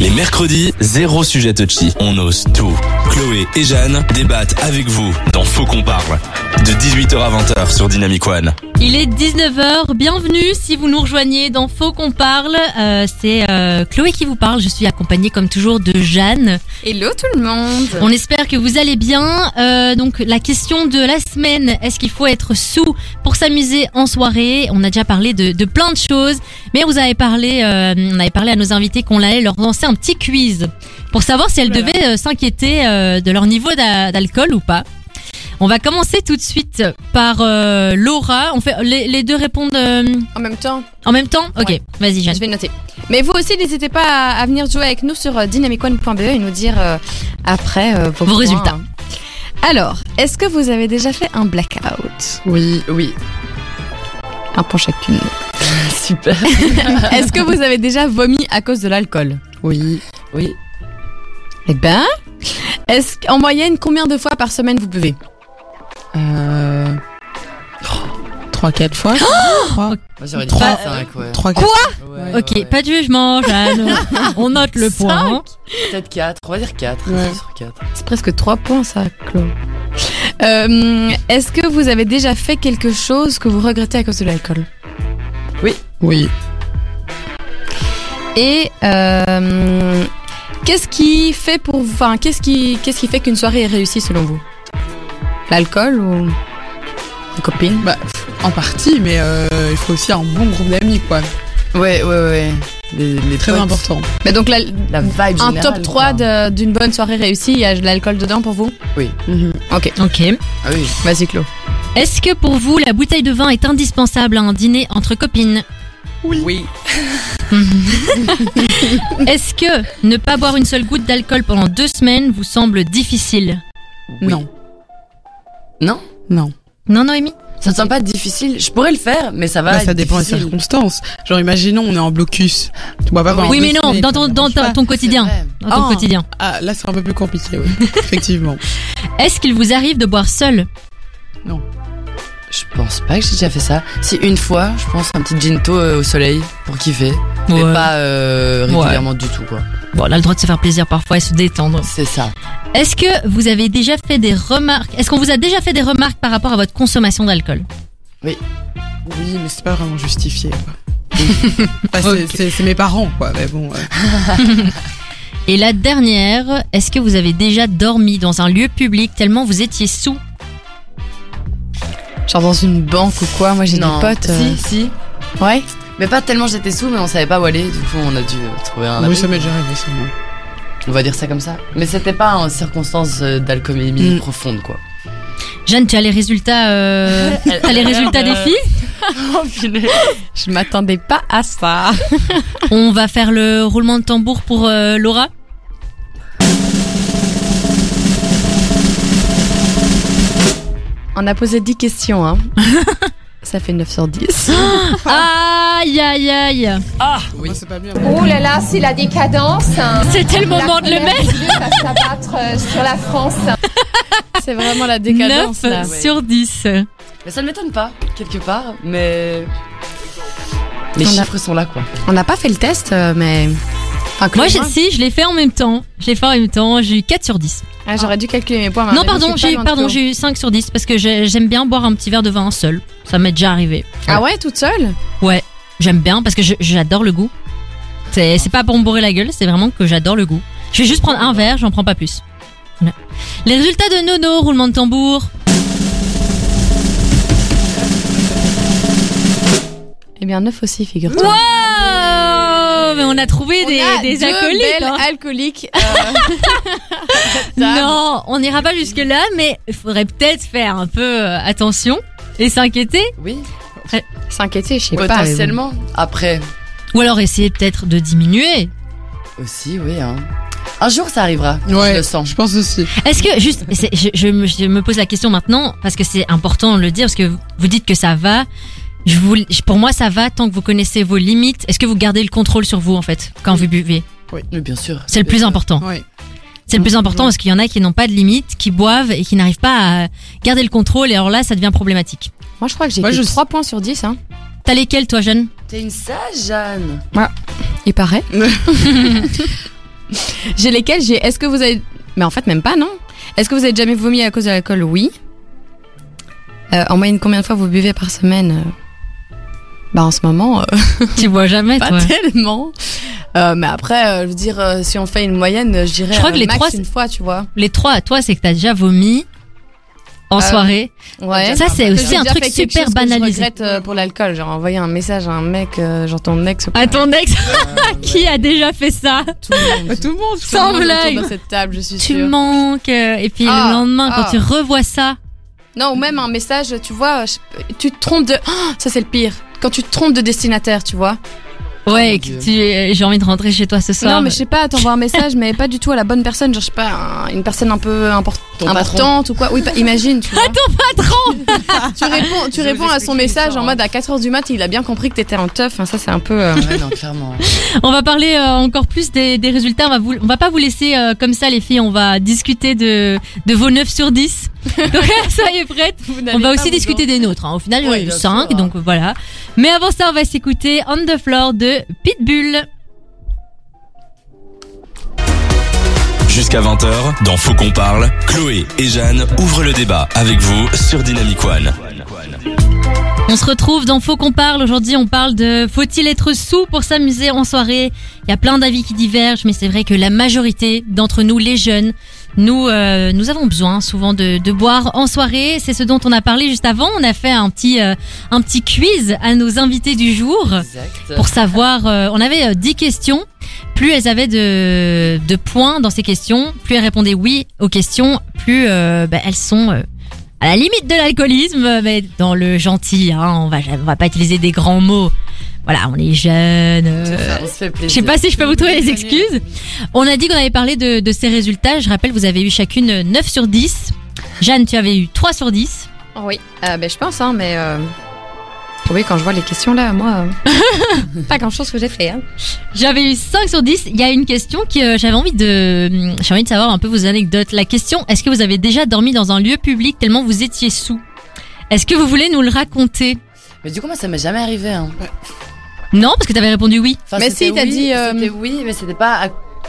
S1: Les mercredis, zéro sujet touchy. On ose tout. Chloé et Jeanne débattent avec vous dans Faux qu'on parle. De 18h à 20h sur Dynamic One.
S2: Il est 19h, bienvenue si vous nous rejoignez dans Faux qu'on parle. Euh, c'est euh, Chloé qui vous parle, je suis accompagnée comme toujours de Jeanne.
S3: Hello tout le monde.
S2: On espère que vous allez bien. Euh, donc la question de la semaine, est-ce qu'il faut être sous pour s'amuser en soirée On a déjà parlé de, de plein de choses, mais vous avez parlé, euh, on avait parlé à nos invités qu'on allait leur lancer un petit quiz pour savoir si elles
S5: Oulala.
S2: devaient euh, s'inquiéter euh, de leur niveau d'a- d'alcool ou pas. On va commencer tout de suite par euh, Laura. On fait les, les deux répondent euh,
S3: En même temps,
S2: en même temps. Ok, vas-y Jeanne.
S3: je vais noter. Mais vous aussi, n'hésitez pas à, à venir jouer avec nous sur euh, dynamicone.be et nous dire euh, après euh, vos,
S2: Vos
S3: points.
S2: résultats.
S3: Alors, est-ce que vous avez déjà fait un blackout
S4: Oui, oui.
S3: Un point chacune.
S4: Super.
S3: Est-ce que vous avez déjà vomi à cause de l'alcool
S5: Oui.
S4: Oui.
S3: Eh ben. Est-ce qu'en moyenne, combien de fois par semaine vous buvez
S5: Euh... 3-4 fois.
S4: Moi, j'aurais dit
S5: Trois.
S4: 5, ouais.
S5: 3
S4: Ouais, ouais,
S2: Ok,
S4: Euh, ouais.
S2: pas de jugement Jeanne. on note le point. hein.
S4: Peut-être 4. On va dire 4.
S5: Ouais.
S3: C'est presque 3 points ça, Claude. Euh, Est-ce que vous avez déjà fait quelque chose que vous regrettez à cause de l'alcool
S5: Oui.
S3: Et euh, qu'est-ce qui fait pour vous, enfin qu'est-ce qui, qu'est-ce qui fait qu'une soirée est réussie selon vous L'alcool ou une copine
S5: Bah, pff, en partie, mais euh, il faut aussi un bon groupe d'amis, quoi.
S4: Ouais, ouais, ouais. les, les
S5: Très
S4: potes,
S5: important.
S3: Mais donc la-
S4: La vibe
S3: un
S4: générale,
S3: top 3
S4: quoi.
S3: de- d'une bonne soirée réussie, il y a de l'alcool dedans pour vous
S4: Oui.
S3: Ok,
S2: Ok.
S4: Ah oui.
S3: vas-y Clo.
S2: Est-ce que pour vous, la bouteille de vin est indispensable à un dîner entre copines
S4: Oui.
S2: Est-ce que ne pas boire une seule goutte d'alcool pendant deux semaines vous semble difficile
S4: Oui.
S5: Non.
S4: Non
S5: Non.
S2: Non, Noémie
S4: Ça te semble pas difficile Je pourrais le faire, mais ça va.
S5: Bah,
S4: être
S5: ça dépend des
S4: difficile.
S5: circonstances. Genre, imaginons, on est en blocus. Tu bois pas pendant
S2: Oui,
S5: deux
S2: mais non,
S5: semaines,
S2: dans
S5: ça
S2: ton,
S5: me
S2: dans
S5: dérange
S2: ta-
S5: pas.
S2: ton quotidien.
S4: C'est vrai.
S2: Dans ton
S5: Ah.
S2: quotidien.
S5: Ah, là, c'est un peu plus compliqué, oui. Effectivement.
S2: Est-ce qu'il vous arrive de boire seul
S4: Je pense pas que j'ai déjà fait ça. Si une fois, je pense un petit ginto euh, au soleil pour kiffer, mais
S2: Ouais.
S4: pas euh,
S2: Ouais.
S4: régulièrement du tout quoi.
S2: Bon, on a le droit de se faire plaisir parfois et se détendre.
S4: C'est ça.
S2: Est-ce que vous avez déjà fait des remarques Est-ce qu'on vous a déjà fait des remarques par rapport à votre consommation d'alcool
S5: Oui, mais c'est pas vraiment justifié, quoi. Bah, c'est- c'est- C'est mes parents, quoi. Mais bon, euh,
S2: Et la dernière, est-ce que vous avez déjà dormi dans un lieu public tellement vous étiez sous
S3: Genre dans une banque ou quoi Moi j'ai des
S4: Non.
S3: potes. euh,
S4: Si, si.
S3: Ouais
S4: Mais pas tellement j'étais sous, mais on savait pas où aller. Du coup, on a dû euh, trouver un.
S5: oui,
S4: abri.
S5: ça m'est déjà arrivé, sûrement.
S4: On va dire ça comme ça. Mais c'était pas en circonstance euh, d'alcoolémie
S5: Mm.
S4: profonde quoi.
S2: Jeanne, tu as les résultats, euh, t'as les résultats des filles.
S3: Je m'attendais pas à ça.
S2: On va faire le roulement de tambour pour euh, Laura.
S3: On a posé 10 questions, hein. ça fait 9 sur 10.
S2: Aïe aïe aïe.
S5: Oui. c'est pas bien.
S9: Oh là là, c'est la décadence.
S2: C'était le moment de le mettre.
S9: va s'abattre euh, sur la France.
S3: C'est vraiment la
S2: 9
S3: décadence là.
S4: ouais.
S2: sur 10.
S4: Mais ça ne m'étonne pas quelque part. Mais les
S3: On a-
S4: chiffres sont là quoi.
S3: On n'a pas fait le test, euh, mais. Enfin, Clo
S2: Moi,
S3: et
S2: j'ai- si, je l'ai fait en même temps. Je l'ai fait en même temps. J'ai eu 4 sur 10.
S3: Ah, j'aurais dû calculer mes points. mais à
S2: non,
S3: mon avis,
S2: pardon,
S3: je suis pas
S2: j'ai eu,
S3: loin de
S2: pardon,
S3: Clo.
S2: j'ai eu 5 sur 10 parce que j'ai- j'aime bien boire un petit verre de vin seul. Ça m'est déjà arrivé.
S3: Ah ouais, toute seule
S2: J'aime bien parce que je- j'adore le goût. C'est c'est pas pour me bourrer la gueule, c'est vraiment que j'adore le goût. Je vais juste prendre un verre, j'en prends pas plus. Voilà. Les résultats de Nono, roulement de tambour.
S3: Eh bien, 9 aussi, figure-toi.
S2: Wow Mais on a trouvé
S3: On
S2: des,
S3: a
S2: des
S3: deux
S2: acolytes.
S3: belles
S2: hein.
S3: alcooliques. euh,
S2: Non, on n'ira pas jusque-là, mais il faudrait peut-être faire un peu euh, attention et s'inquiéter.
S4: Oui.
S3: S'inquiéter, je sais pas. mais bon.
S4: Potentiellement. Après
S2: Ou alors essayer peut-être de diminuer.
S4: aussi, oui. Hein. Un jour, ça arrivera. Je
S5: Ouais,
S4: le sens.
S5: je pense aussi.
S2: Est-ce que juste, c'est- je, je me- je me pose la question maintenant parce que c'est important de le dire parce que vous dites que ça va. Je vous, je- pour moi, ça va tant que vous connaissez vos limites. Est-ce que vous gardez le contrôle sur vous en fait quand vous buvez
S4: Mais bien sûr.
S2: C'est le
S4: Bien
S2: plus
S4: sûr.
S2: important.
S5: Ouais.
S2: C'est le plus important parce qu'il y en a qui n'ont pas de limites, qui boivent et qui n'arrivent pas à garder le contrôle. Et alors là, ça devient problématique.
S3: Moi, je crois que j'ai
S5: Moi,
S3: que
S5: je-
S3: 3 points sur 10. Hein.
S2: T'as lesquels, toi, jeune
S4: T'es une sage, Jeanne.
S3: Il paraît. j'ai lesquels J'ai. Est-ce que vous avez. Mais en fait, même pas, non Est-ce que vous avez jamais vomi à cause de l'alcool Oui. Euh, en moyenne, combien de fois vous buvez par semaine Euh, Bah, en ce moment, euh,
S2: Tu bois jamais,
S3: pas
S2: toi.
S3: tellement. Euh, mais après, euh, je veux dire, euh, si on fait une moyenne, euh, je dirais
S2: Je crois que
S3: euh,
S2: les
S3: max
S2: trois,
S3: une fois, tu vois.
S2: Les trois à toi, c'est que t'as déjà vomi en
S3: Euh,
S2: soirée.
S3: Ouais.
S2: Ça, c'est
S3: Que
S2: aussi
S3: j'ai
S2: un
S3: déjà
S2: truc
S3: fait quelque
S2: super
S3: chose que je
S2: banalisé.
S3: regrette, euh, pour l'alcool, genre envoyer un message à un mec, euh, genre ton ex. ou pas. Euh,
S2: À ton ex, qui a déjà fait ça
S3: tout le monde.
S5: tout le monde, je
S2: Sans
S3: Tout le monde autour
S2: blague.
S3: de cette table, je suis
S2: Tu
S3: sûre.
S2: manques. euh, Et puis
S3: Ah,
S2: le lendemain, quand
S3: ah.
S2: tu revois ça,
S3: Non, ou même un message, tu vois, je- tu te trompes de. Oh, ça, c'est le pire. Quand tu te trompes de destinataire, tu vois.
S2: ouais,
S4: mon
S2: que
S4: Dieu.
S2: tu, euh, j'ai envie de rentrer chez toi ce soir.
S3: non, mais je sais pas, t'envoies un message, mais pas du tout à la bonne personne. Genre, je sais pas, un- une personne un peu import-
S4: Ton patron.
S3: importante ou quoi. Oui, pa- imagine, tu vois.
S2: Patron
S3: tu réponds, tu
S5: Je
S3: réponds
S5: vous
S3: à son
S5: explique
S3: message
S5: l'histoire,
S3: en mode à 4h du mat, il a bien compris que t'étais en teuf. Enfin, ça, c'est un peu. euh,
S4: Ouais, non, clairement.
S2: On va parler euh, encore plus des, des résultats. On va, vous, on va pas vous laisser euh, comme ça, les filles. On va discuter de, de vos 9 sur 10. Donc, soyez prêtes. On va aussi discuter des nôtres. hein. Au final, il y en a
S4: Ouais,
S2: eu
S4: bien
S2: 5,
S4: sûr.
S2: donc voilà. Mais avant ça, on va s'écouter On the Floor de Pitbull.
S1: Jusqu'à 20h, dans Faut qu'on parle, Chloé et Jeanne ouvrent le débat avec vous sur Dynamic One.
S2: On se retrouve dans Faut qu'on parle. Aujourd'hui, on parle de faut-il être sous pour s'amuser en soirée. Il y a plein d'avis qui divergent, mais c'est vrai que la majorité d'entre nous, les jeunes, Nous, euh, nous avons besoin souvent de, de boire en soirée. C'est ce dont on a parlé juste avant. On a fait un petit, euh, un petit quiz à nos invités du jour
S4: Exact.
S2: pour savoir. euh, on avait euh, 10 questions. Plus elles avaient de, de points dans ces questions, plus elles répondaient oui aux questions, plus euh, bah, elles sont euh, à la limite de l'alcoolisme, euh, mais dans le gentil. Hein, on va, on va pas utiliser des grands mots. Voilà, on est jeune. euh,
S4: on se fait plaisir.
S2: je sais pas si je peux vous trouver les excuses. On a dit qu'on avait parlé de, de ces résultats. Je rappelle, vous avez eu chacune 9 sur 10. Jeanne, tu avais eu 3 sur 10.
S3: Oui, euh, ben, je pense, hein, mais. euh, Oui, quand je vois les questions là, moi. euh, pas grand chose que j'ai fait. Hein.
S2: J'avais eu 5 sur 10. Il y a une question que euh, j'avais envie de, j'ai envie de savoir un peu vos anecdotes. La question, est-ce que vous avez déjà dormi dans un lieu public tellement vous étiez sous? Est-ce que vous voulez nous le raconter?
S4: Mais du coup, moi, ça m'est jamais arrivé. Hein.
S2: Non, parce que t'avais répondu oui.
S4: Enfin,
S3: Mais
S4: c'était
S3: si, t'as
S4: oui,
S3: dit, euh,
S4: C'était oui, mais c'était pas à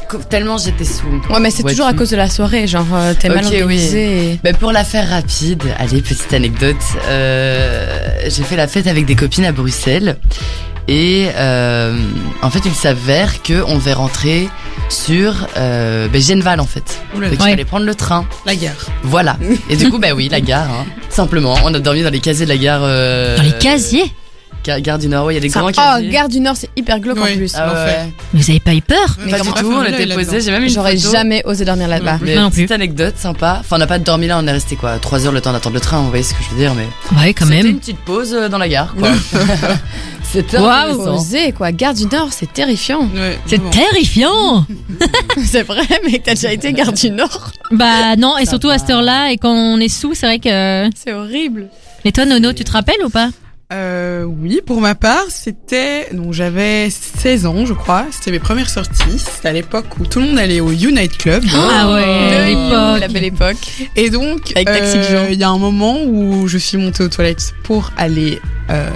S4: co- tellement j'étais saoul.
S3: Ouais, mais c'est
S4: Ouais,
S3: toujours
S4: tu-
S3: à cause de la soirée, genre euh, t'es mal
S4: Ok, oui.
S3: organisé. et-
S4: Ben, pour la faire rapide, allez, petite anecdote. euh, j'ai fait la fête avec des copines à Bruxelles. Et euh, en fait, il s'avère qu'on devait rentrer sur euh, ben, Genval, en fait.
S5: Oula,
S4: Donc, il
S2: Ouais.
S4: fallait prendre le train.
S5: la guerre.
S4: Voilà. Et du coup, bah oui, la gare. hein. Simplement, on a dormi dans les casiers de la gare. euh,
S2: Dans les casiers?
S4: Ga- Gare du Nord, ouais, il y a des
S3: Ça-
S4: grands
S3: oh,
S4: casiers.
S3: Gare du Nord, c'est hyper glauque en
S5: Oui.
S3: plus.
S4: Ah ouais,
S5: L'enfer.
S4: ouais.
S2: Mais Vous avez pas eu peur?
S4: Pas du tout, on était posés. J'ai même une
S3: J'aurais
S4: photo.
S3: jamais osé dormir là-bas.
S4: Mais
S2: Moi non plus.
S4: petite anecdote sympa. Enfin, on n'a pas dormi là, on est resté quoi, 3 heures le temps d'attendre le train, vous voyez ce que je veux dire, mais.
S2: Ouais, quand
S4: C'était
S2: même.
S4: une petite pause euh, dans la gare, quoi. C'était
S2: Waouh.
S3: Faut
S4: intéressant.
S3: oser, quoi. Gare du Nord, c'est terrifiant.
S2: C'est terrifiant!
S3: c'est vrai, mais t'as déjà été Gare du Nord.
S2: Bah non, et
S4: Ça
S2: surtout à
S4: va.
S2: cette heure-là, et quand on est sous, c'est vrai que...
S3: C'est horrible.
S2: Mais toi, Nono, tu te rappelles ou pas
S5: Euh, oui, pour ma part, c'était. Donc j'avais 16 ans, je crois. C'était mes premières sorties. C'était à l'époque où tout le monde allait au Unite Club.
S2: Ah ouais,
S3: Oh,
S2: l'époque.
S3: la belle époque.
S5: Et donc,
S3: Avec Taxi Jean.
S5: euh, il y a un moment où je suis montée aux toilettes pour aller euh,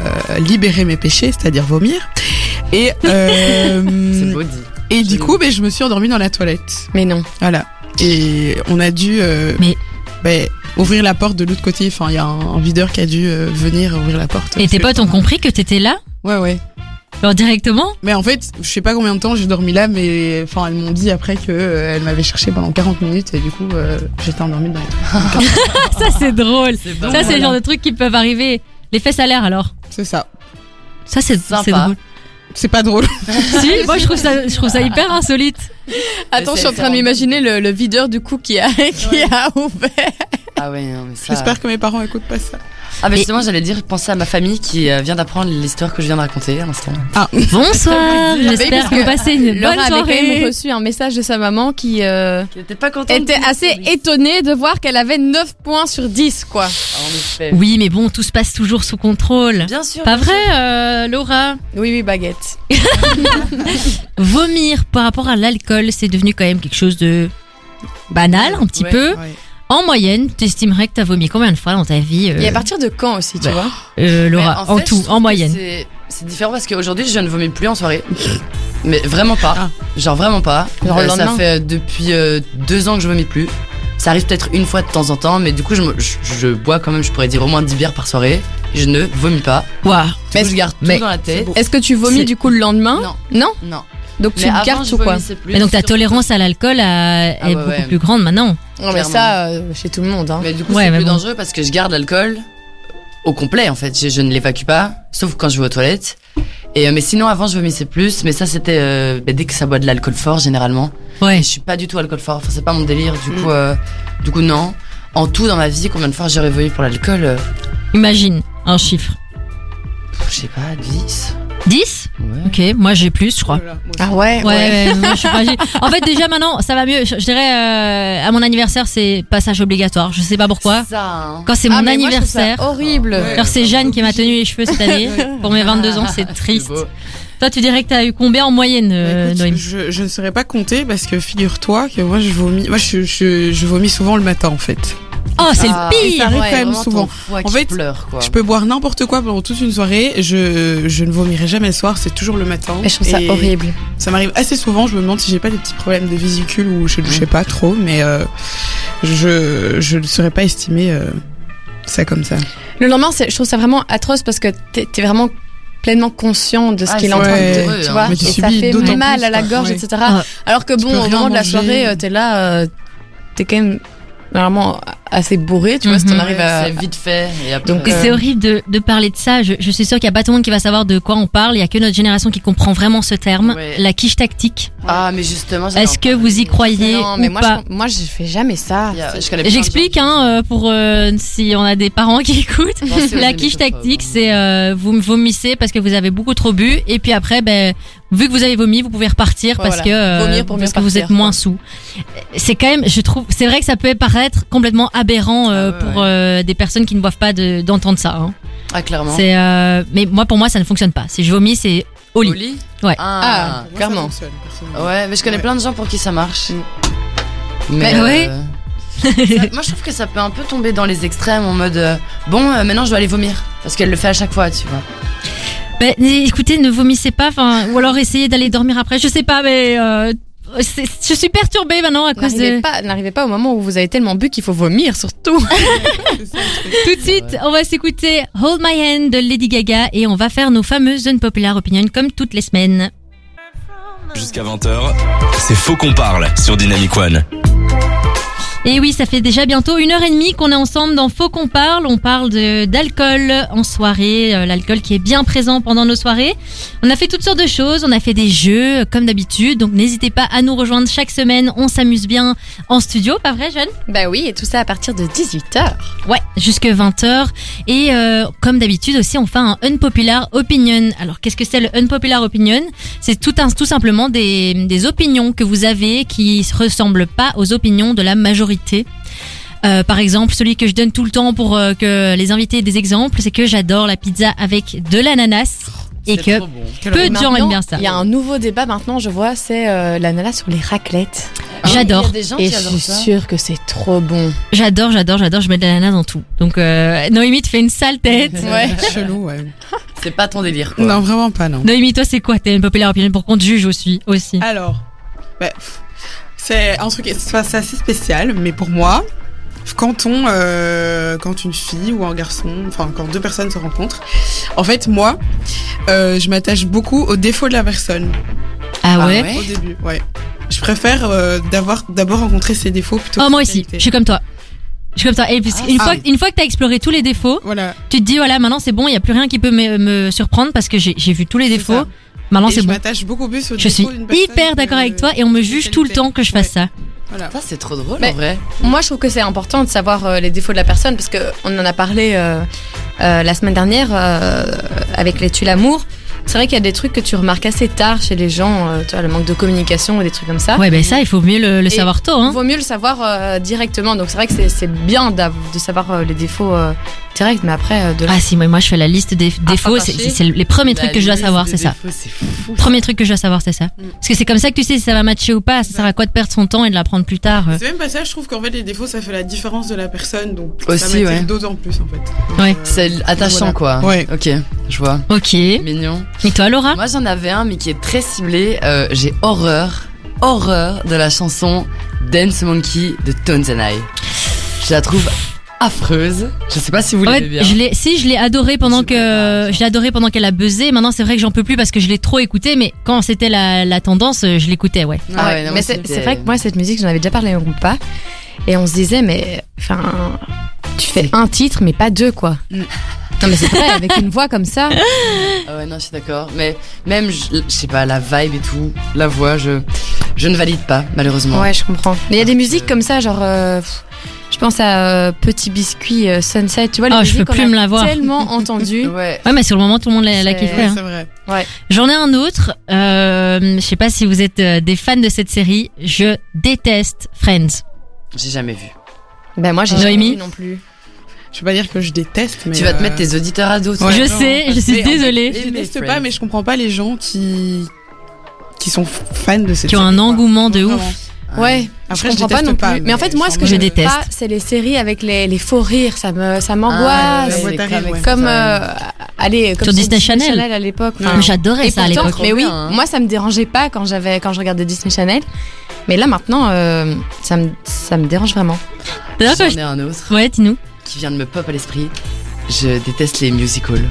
S5: libérer mes péchés, c'est-à-dire vomir. Et,
S4: C'est
S5: euh,
S4: beau dit.
S5: et du coup, ben, je me suis endormie dans la toilette.
S3: Mais non.
S5: Voilà. Et on a dû euh,
S2: Mais-
S5: ben, ouvrir la porte de l'autre côté. Enfin, il y a un, un videur qui a dû euh, venir ouvrir la porte.
S2: Et tes
S5: Parce
S2: potes
S5: que-
S2: ont compris que t'étais là
S5: Ouais, ouais.
S2: Genre directement
S5: Mais en fait, je sais pas combien de temps j'ai dormi là, mais enfin, elles m'ont dit après que euh, elles m'avaient cherché pendant 40 minutes et du coup, euh, j'étais endormie dans la toilette.
S2: Ça,
S4: Ah.
S2: c'est drôle.
S4: C'est
S2: Ça, c'est le genre de trucs qui peuvent arriver. Les fesses à l'air, alors.
S5: C'est ça.
S2: Ça, c'est
S4: Sympa.
S2: c'est drôle.
S5: C'est pas drôle.
S2: si, moi, je trouve, ça, je trouve ça hyper insolite.
S3: Attends, je suis en train
S4: c'est
S3: de m'imaginer le, le videur du coup qui a, qui a ouvert.
S4: Ah ouais, non, mais ça.
S5: J'espère que mes parents écoutent pas ça.
S4: Ah, bah justement, j'allais dire, pensez à ma famille qui euh, vient d'apprendre l'histoire que je viens de raconter à l'instant.
S2: Bonsoir, j'espère
S3: parce
S2: que vous passez une bonne
S3: Laura avait quand même
S2: soirée.
S3: reçu un message de sa maman qui euh,
S4: Qui n'était pas contente.
S3: était assez étonnée de voir qu'elle avait 9 points sur 10, quoi.
S4: Ah,
S2: Oui, mais bon, tout se passe toujours sous contrôle.
S4: Bien sûr.
S2: Pas vrai, euh, Laura
S3: Oui, oui, baguette.
S2: Vomir par rapport à l'alcool, c'est devenu quand même quelque chose de banal, un petit
S4: Ouais.
S2: peu. En moyenne, t'estimerais que t'as vomi combien de fois dans ta vie, euh,
S3: Et à partir de quand aussi, tu
S2: bah,
S3: vois
S2: euh,
S4: Mais
S2: Laura
S4: fait,
S2: En
S4: je
S2: tout,
S4: trouve
S2: en
S4: que
S2: moyenne.
S4: c'est- C'est différent parce qu'aujourd'hui, je ne vomis plus en soirée. Mais vraiment pas.
S5: Ah.
S4: Genre vraiment pas.
S3: Genre le
S4: ça
S3: lendemain.
S4: fait euh, depuis euh, deux ans que je vomis plus. Ça arrive peut-être une fois de temps en temps, mais du coup, je, me- je, je bois quand même, je pourrais dire au moins 10 bières par soirée. Je ne vomis pas.
S2: Ouah.
S4: Mais je garde
S2: mais-
S4: tout dans la tête.
S3: Est-ce que tu
S4: C'est-
S3: vomis du coup le lendemain
S4: Non.
S3: Non
S4: Non.
S3: Donc tu
S4: Mais avant,
S3: gardes
S4: je
S3: tout, quoi.
S4: vomissais plus.
S2: Mais donc ta tolérance à l'alcool euh,
S4: Ah
S2: est
S4: bah
S2: beaucoup
S4: ouais.
S2: plus grande maintenant.
S3: Non, mais
S4: Clairement.
S3: ça, euh, chez tout le monde. Hein.
S4: Mais du coup,
S2: Ouais,
S4: c'est
S2: mais
S4: plus
S2: bon.
S4: dangereux parce que je garde l'alcool au complet en fait. Je, je ne l'évacue pas, sauf quand je vais aux toilettes. Et euh, mais sinon, avant, je vomissais plus. Mais ça, c'était euh, bah, dès que ça boit de l'alcool fort généralement.
S2: Ouais.
S4: Et je suis pas du tout alcool fort. Enfin, c'est pas mon délire. Du coup, euh, du coup, non. En tout, dans ma vie, combien de fois j'aurais vomi pour l'alcool euh,
S2: Imagine un chiffre.
S4: pff, Je sais pas, 10
S2: 10
S4: Ouais.
S2: Ok, moi j'ai plus, je crois.
S3: Ah ouais,
S2: Ouais, ouais, moi, je suis pas- j'ai- En fait, déjà maintenant, ça va mieux. Je, je dirais, euh, à mon anniversaire, c'est passage obligatoire. Je sais pas pourquoi.
S4: Ça, hein.
S2: Quand c'est
S3: Ah,
S2: mon
S3: mais moi, je trouve ça
S2: anniversaire.
S3: horrible.
S5: Ouais.
S2: alors c'est Jeanne qui m'a tenu les cheveux cette année pour mes 22 ans, c'est
S4: C'est
S2: triste.
S4: beau.
S2: Toi, tu dirais que t'as eu combien en moyenne, euh,
S5: Bah,
S3: Bah,
S5: Écoute,
S2: Noémie
S5: je, je ne saurais pas compter parce que figure-toi que moi je vomis, moi je, je, je vomis souvent le matin en fait.
S2: Oh, c'est
S4: Ah,
S2: le
S5: Et ça
S2: pire
S5: arrive
S4: Ouais,
S5: quand même
S4: vraiment,
S5: souvent.
S4: ton foie
S5: En
S4: qui
S5: fait,
S4: pleure, quoi.
S5: Je peux boire n'importe quoi pendant toute une soirée, je, je ne vomirai jamais le soir, c'est toujours le matin.
S3: Mais je trouve ça
S5: Et
S3: horrible.
S5: Ça m'arrive assez souvent, je me demande si j'ai pas des petits problèmes de vésicule ou je ne sais pas trop, mais euh, je, je ne saurais pas estimer euh, ça comme ça.
S3: Le lendemain, c'est- je trouve ça vraiment atroce parce que t'es t'es vraiment pleinement conscient de ce
S4: Ah,
S3: qu'il est
S4: c'est
S3: en train
S5: vrai,
S3: de, tu
S4: hein.
S3: vois,
S5: Mais
S3: et
S5: tu
S3: ça
S5: subis
S3: fait
S5: d'autant
S3: mal
S5: plus,
S3: à la
S5: quoi.
S3: gorge,
S5: Ouais.
S3: etc.
S2: Ah.
S3: Alors que
S5: peux
S3: bon, au
S5: rien
S3: moment de la
S5: manger.
S3: soirée, euh, t'es là, euh, t'es quand même normalement assez bourré, tu vois, si
S2: Mhm.
S3: t'en arrives à.
S4: C'est vite fait. Et après,
S3: Donc,
S2: Que
S4: euh,
S2: C'est horrible de, de parler de ça. Je, je suis sûre qu'il n'y a pas tout le monde qui va savoir de quoi on parle. Il n'y a que notre génération qui comprend vraiment ce terme,
S4: Ouais.
S2: la quiche tactique.
S4: Ah, mais justement. j'allais en
S2: Est-ce que vous y croyez
S3: Non, mais
S2: ou
S3: moi,
S2: pas
S3: je, moi, je fais jamais ça.
S4: parler. Il y a- je connais plein de gens
S2: J'explique hein, euh, pour euh, si on a des parents qui écoutent.
S4: qui pensent aux
S2: La quiche
S4: génitifs,
S2: tactique,
S4: euh,
S2: c'est euh, vous vomissez parce que vous avez beaucoup trop bu et puis après, ben, vu que vous avez vomi, vous pouvez repartir
S3: Ouais,
S2: parce
S3: voilà.
S2: que euh,
S3: Vomir pour mieux
S2: parce que vous
S3: partir,
S2: êtes moins
S3: quoi.
S2: sous. C'est quand même, je trouve, c'est vrai que ça peut paraître complètement aberrant euh,
S4: Ah ouais,
S2: pour
S4: ouais.
S2: euh, des personnes qui ne boivent pas de- d'entendre ça. hein.
S4: Ah, clairement.
S2: C'est, euh, mais moi pour moi, ça ne fonctionne pas. Si je vomis, c'est au lit. Ouais.
S4: Ah.
S3: Clairement.
S4: Ouais, mais je connais
S5: Ouais.
S4: plein de gens pour qui ça marche.
S3: Mm.
S4: Mais, euh,
S2: Bah, ouais.
S4: ça- moi, je trouve que ça peut un peu tomber dans les extrêmes en mode euh, bon, euh, maintenant je dois aller vomir parce qu'elle le fait à chaque fois, tu vois.
S2: Ben, écoutez, ne vomissez pas, enfin, ou alors essayez d'aller dormir après. Je sais pas, mais euh, c'est- je suis perturbée maintenant à cause
S3: N'arrivez
S2: de.
S3: pas, n'arrivez pas au moment où vous avez tellement bu qu'il faut vomir, surtout.
S2: Tout de suite, on va s'écouter Hold My Hand de Lady Gaga et on va faire nos fameuses Unpopular Opinion comme toutes les semaines.
S1: Jusqu'à 20h, c'est Faux qu'on parle sur Dynamic One.
S2: Et oui, ça fait déjà bientôt une heure et demie qu'on est ensemble dans Faux qu'on parle. On parle de- d'alcool en soirée, euh, l'alcool qui est bien présent pendant nos soirées. On a fait toutes sortes de choses, on a fait des jeux euh, comme d'habitude. Donc n'hésitez pas à nous rejoindre chaque semaine, on s'amuse bien en studio, pas vrai jeune
S3: bah oui, et tout ça à partir de 18h.
S2: Ouais, jusque 20h. Et euh, comme d'habitude aussi, on fait un unpopular opinion. Alors, qu'est-ce que c'est le unpopular opinion C'est tout, un, tout simplement des, des opinions que vous avez qui ne ressemblent pas aux opinions de la majorité. Euh, par exemple, celui que je donne tout le temps pour euh, que les invités aient des exemples, c'est que j'adore la pizza avec de l'ananas et
S4: C'est
S2: que
S4: trop bon.
S2: peu de gens
S3: Maintenant,
S2: aiment bien ça.
S3: Il y a un nouveau débat maintenant, je vois, c'est euh, l'ananas sur les raclettes.
S2: J'adore.
S4: Il y a des gens
S3: Et
S4: qui
S3: je
S4: adorent
S3: suis
S4: ça.
S3: sûre que c'est trop bon.
S2: J'adore, j'adore, j'adore. Je mets de l'ananas dans tout. Donc, euh, Noémie te fait une sale tête.
S3: Ouais.
S5: Chelou, ouais.
S4: C'est pas ton délire. Quoi.
S5: Non, vraiment pas, non.
S2: Noémie, toi, c'est quoi T'es unpopular opinion pour qu'on te juge aussi, aussi.
S5: Alors, bah, pff, c'est un truc enfin, c'est assez spécial, mais pour moi, quand on, euh, quand une fille ou un garçon, enfin quand deux personnes se rencontrent, en fait moi, euh, je m'attache beaucoup aux défauts de la personne
S2: Ah
S4: Ah
S2: ouais,
S4: ouais
S5: au début. Ouais. Je préfère euh, d'avoir d'abord rencontré ses défauts plutôt.
S2: Oh,
S5: que
S2: moi
S5: ses
S2: aussi, je
S5: qualités.
S2: suis comme toi. Je suis comme toi. Et puis,
S4: Ah,
S2: une,
S5: ah
S2: fois,
S5: oui.
S2: une fois que t'as exploré tous les défauts,
S5: Voilà.
S2: tu te dis, voilà, maintenant c'est bon, il n'y a plus rien qui peut me, me surprendre parce que j'ai j'ai vu tous les
S5: C'est
S2: défauts.
S5: ça.
S2: Maintenant
S5: Et
S2: c'est
S5: je
S2: bon.
S5: m'attache beaucoup plus aux
S2: Je
S5: défauts
S2: suis
S5: d'une personne
S2: hyper d'accord
S5: que-
S2: avec toi et on me
S5: que
S2: juge
S5: ses
S2: tout le
S5: qualités.
S2: temps que je fasse
S5: Ouais.
S2: ça.
S5: Voilà.
S4: Ça, c'est trop drôle
S3: Mais-
S4: en vrai.
S3: Moi, je trouve que c'est important de savoir euh, les défauts de la personne parce que on en a parlé euh, euh, la semaine dernière euh, avec les tu l'amour. C'est vrai qu'il y a des trucs que tu remarques assez tard chez les gens, euh, tu vois, le manque de communication ou des trucs comme ça.
S2: Ouais, ben ça, il faut mieux le, le
S3: Et
S2: savoir tôt. Hein.
S3: Vaut mieux le savoir euh, directement. Donc c'est vrai que c'est- c'est bien d'av- de savoir euh, les défauts euh, directs, mais après euh, de là.
S2: Ah si, moi, moi je fais la liste des défauts.
S3: pas
S2: C'est c'est-
S3: fâché.
S2: c'est les premiers trucs
S4: La
S2: que je dois
S4: liste
S2: savoir,
S4: des
S2: c'est ça.
S4: défauts, C'est fou.
S2: Premier truc que je dois savoir, c'est ça. Parce que c'est comme ça que tu sais si ça va matcher ou pas. Ça sert à quoi de perdre son temps et de l'apprendre plus tard. euh.
S5: C'est même pas ça, je trouve qu'en fait les défauts ça fait la différence de la personne, donc
S4: Aussi,
S5: ça m'attire
S4: ouais.
S5: d'autant plus en fait. euh,
S2: Ouais.
S4: C'est attachant quoi.
S5: Ouais.
S4: Ok, je vois.
S2: Ok. Et
S4: Mignon.
S2: toi, Laura
S4: Moi j'en avais un mais qui est très ciblé. Euh, J'ai horreur, horreur de la chanson Dance Monkey de Tones and I. Je la trouve affreuse. Je sais pas si vous
S2: Ouais,
S4: l'avez bien.
S2: je l'ai, si je l'ai adoré pendant
S4: Je
S2: que
S4: l'ai hein. pas,
S2: je l'ai adoré pendant qu'elle a buzzé. Maintenant, c'est vrai que j'en peux plus parce que je l'ai trop écouté. Mais quand c'était la, la tendance, euh, je l'écoutais, ouais.
S4: Ouais,
S3: Ah ouais,
S4: non, moi,
S3: mais c'est
S4: c'était-
S3: c'est vrai que moi cette musique, j'en avais déjà parlé au groupe pas, et on se disait mais enfin tu fais un titre mais pas deux quoi.
S5: Mm.
S3: Non mais c'est vrai avec une voix comme ça.
S4: Ah ouais, non, je suis d'accord. Mais même, je, je sais pas, la vibe et tout, la voix, je, je ne valide pas, malheureusement.
S3: Ouais, je comprends. Mais il y a des musiques
S4: que-
S3: comme ça, genre. euh, pff, je pense à euh, Petit Biscuit, euh, Sunset. Tu vois, les
S2: Oh, je
S3: musiques
S2: peux
S3: qu'on
S2: plus
S3: a
S2: me la voir.
S3: tellement entendues.
S4: Ouais.
S2: Ouais, mais sur le moment, tout le monde l'a, l'a
S3: C'est-
S2: kiffé.
S5: Ouais,
S2: hein.
S5: c'est vrai.
S2: J'en ai un autre. Euh, je sais pas si vous êtes euh, des fans de cette série. Je déteste Friends.
S4: J'ai jamais vu.
S3: Ben moi, j'ai
S2: Noémie
S3: jamais non plus.
S5: Je veux pas dire que je déteste, mais.
S4: tu vas te
S5: euh,
S4: mettre tes auditeurs à dos. toi.
S5: Ouais.
S2: je
S5: non,
S2: sais, je
S5: mais
S2: suis
S5: en fait,
S2: désolée.
S5: Je
S4: Aimer
S5: déteste
S4: Friends.
S5: pas, mais je comprends pas les gens qui qui sont f- fans de cette
S2: Qui ont un
S5: série, quoi.
S2: engouement de
S5: Vraiment.
S2: ouf.
S3: Ouais, je
S5: Après, je
S3: comprends pas
S5: déteste
S3: non plus.
S5: pas,
S3: mais, en fait,
S5: mais euh,
S3: moi,
S5: je
S3: ce que
S2: sens
S3: je
S2: que-
S3: déteste
S2: Je
S3: pas, c'est les séries avec les, les faux rires. Ça me, ça
S4: Ah,
S3: m'angoisse.
S5: ouais, ouais.
S4: c'est
S5: t'arrives,
S4: comme-
S5: ouais.
S3: comme,
S4: ça,
S3: euh, allez, comme
S2: Sur Disney Channel.
S3: à l'époque.
S5: Ouais.
S3: enfin,
S2: J'adorais
S3: et
S2: ça à
S3: pourtant,
S2: l'époque.
S3: Mais oui,
S4: Trop bien, hein.
S3: moi, ça me dérangeait pas quand j'avais, quand je regardais Disney Channel. Mais là, maintenant, euh, ça me, ça me dérange vraiment.
S2: Ah, D'ailleurs, quand
S4: J'en ai un autre
S2: je- Ouais, dis-nous.
S4: qui vient de me pop à l'esprit. Je déteste les musicals.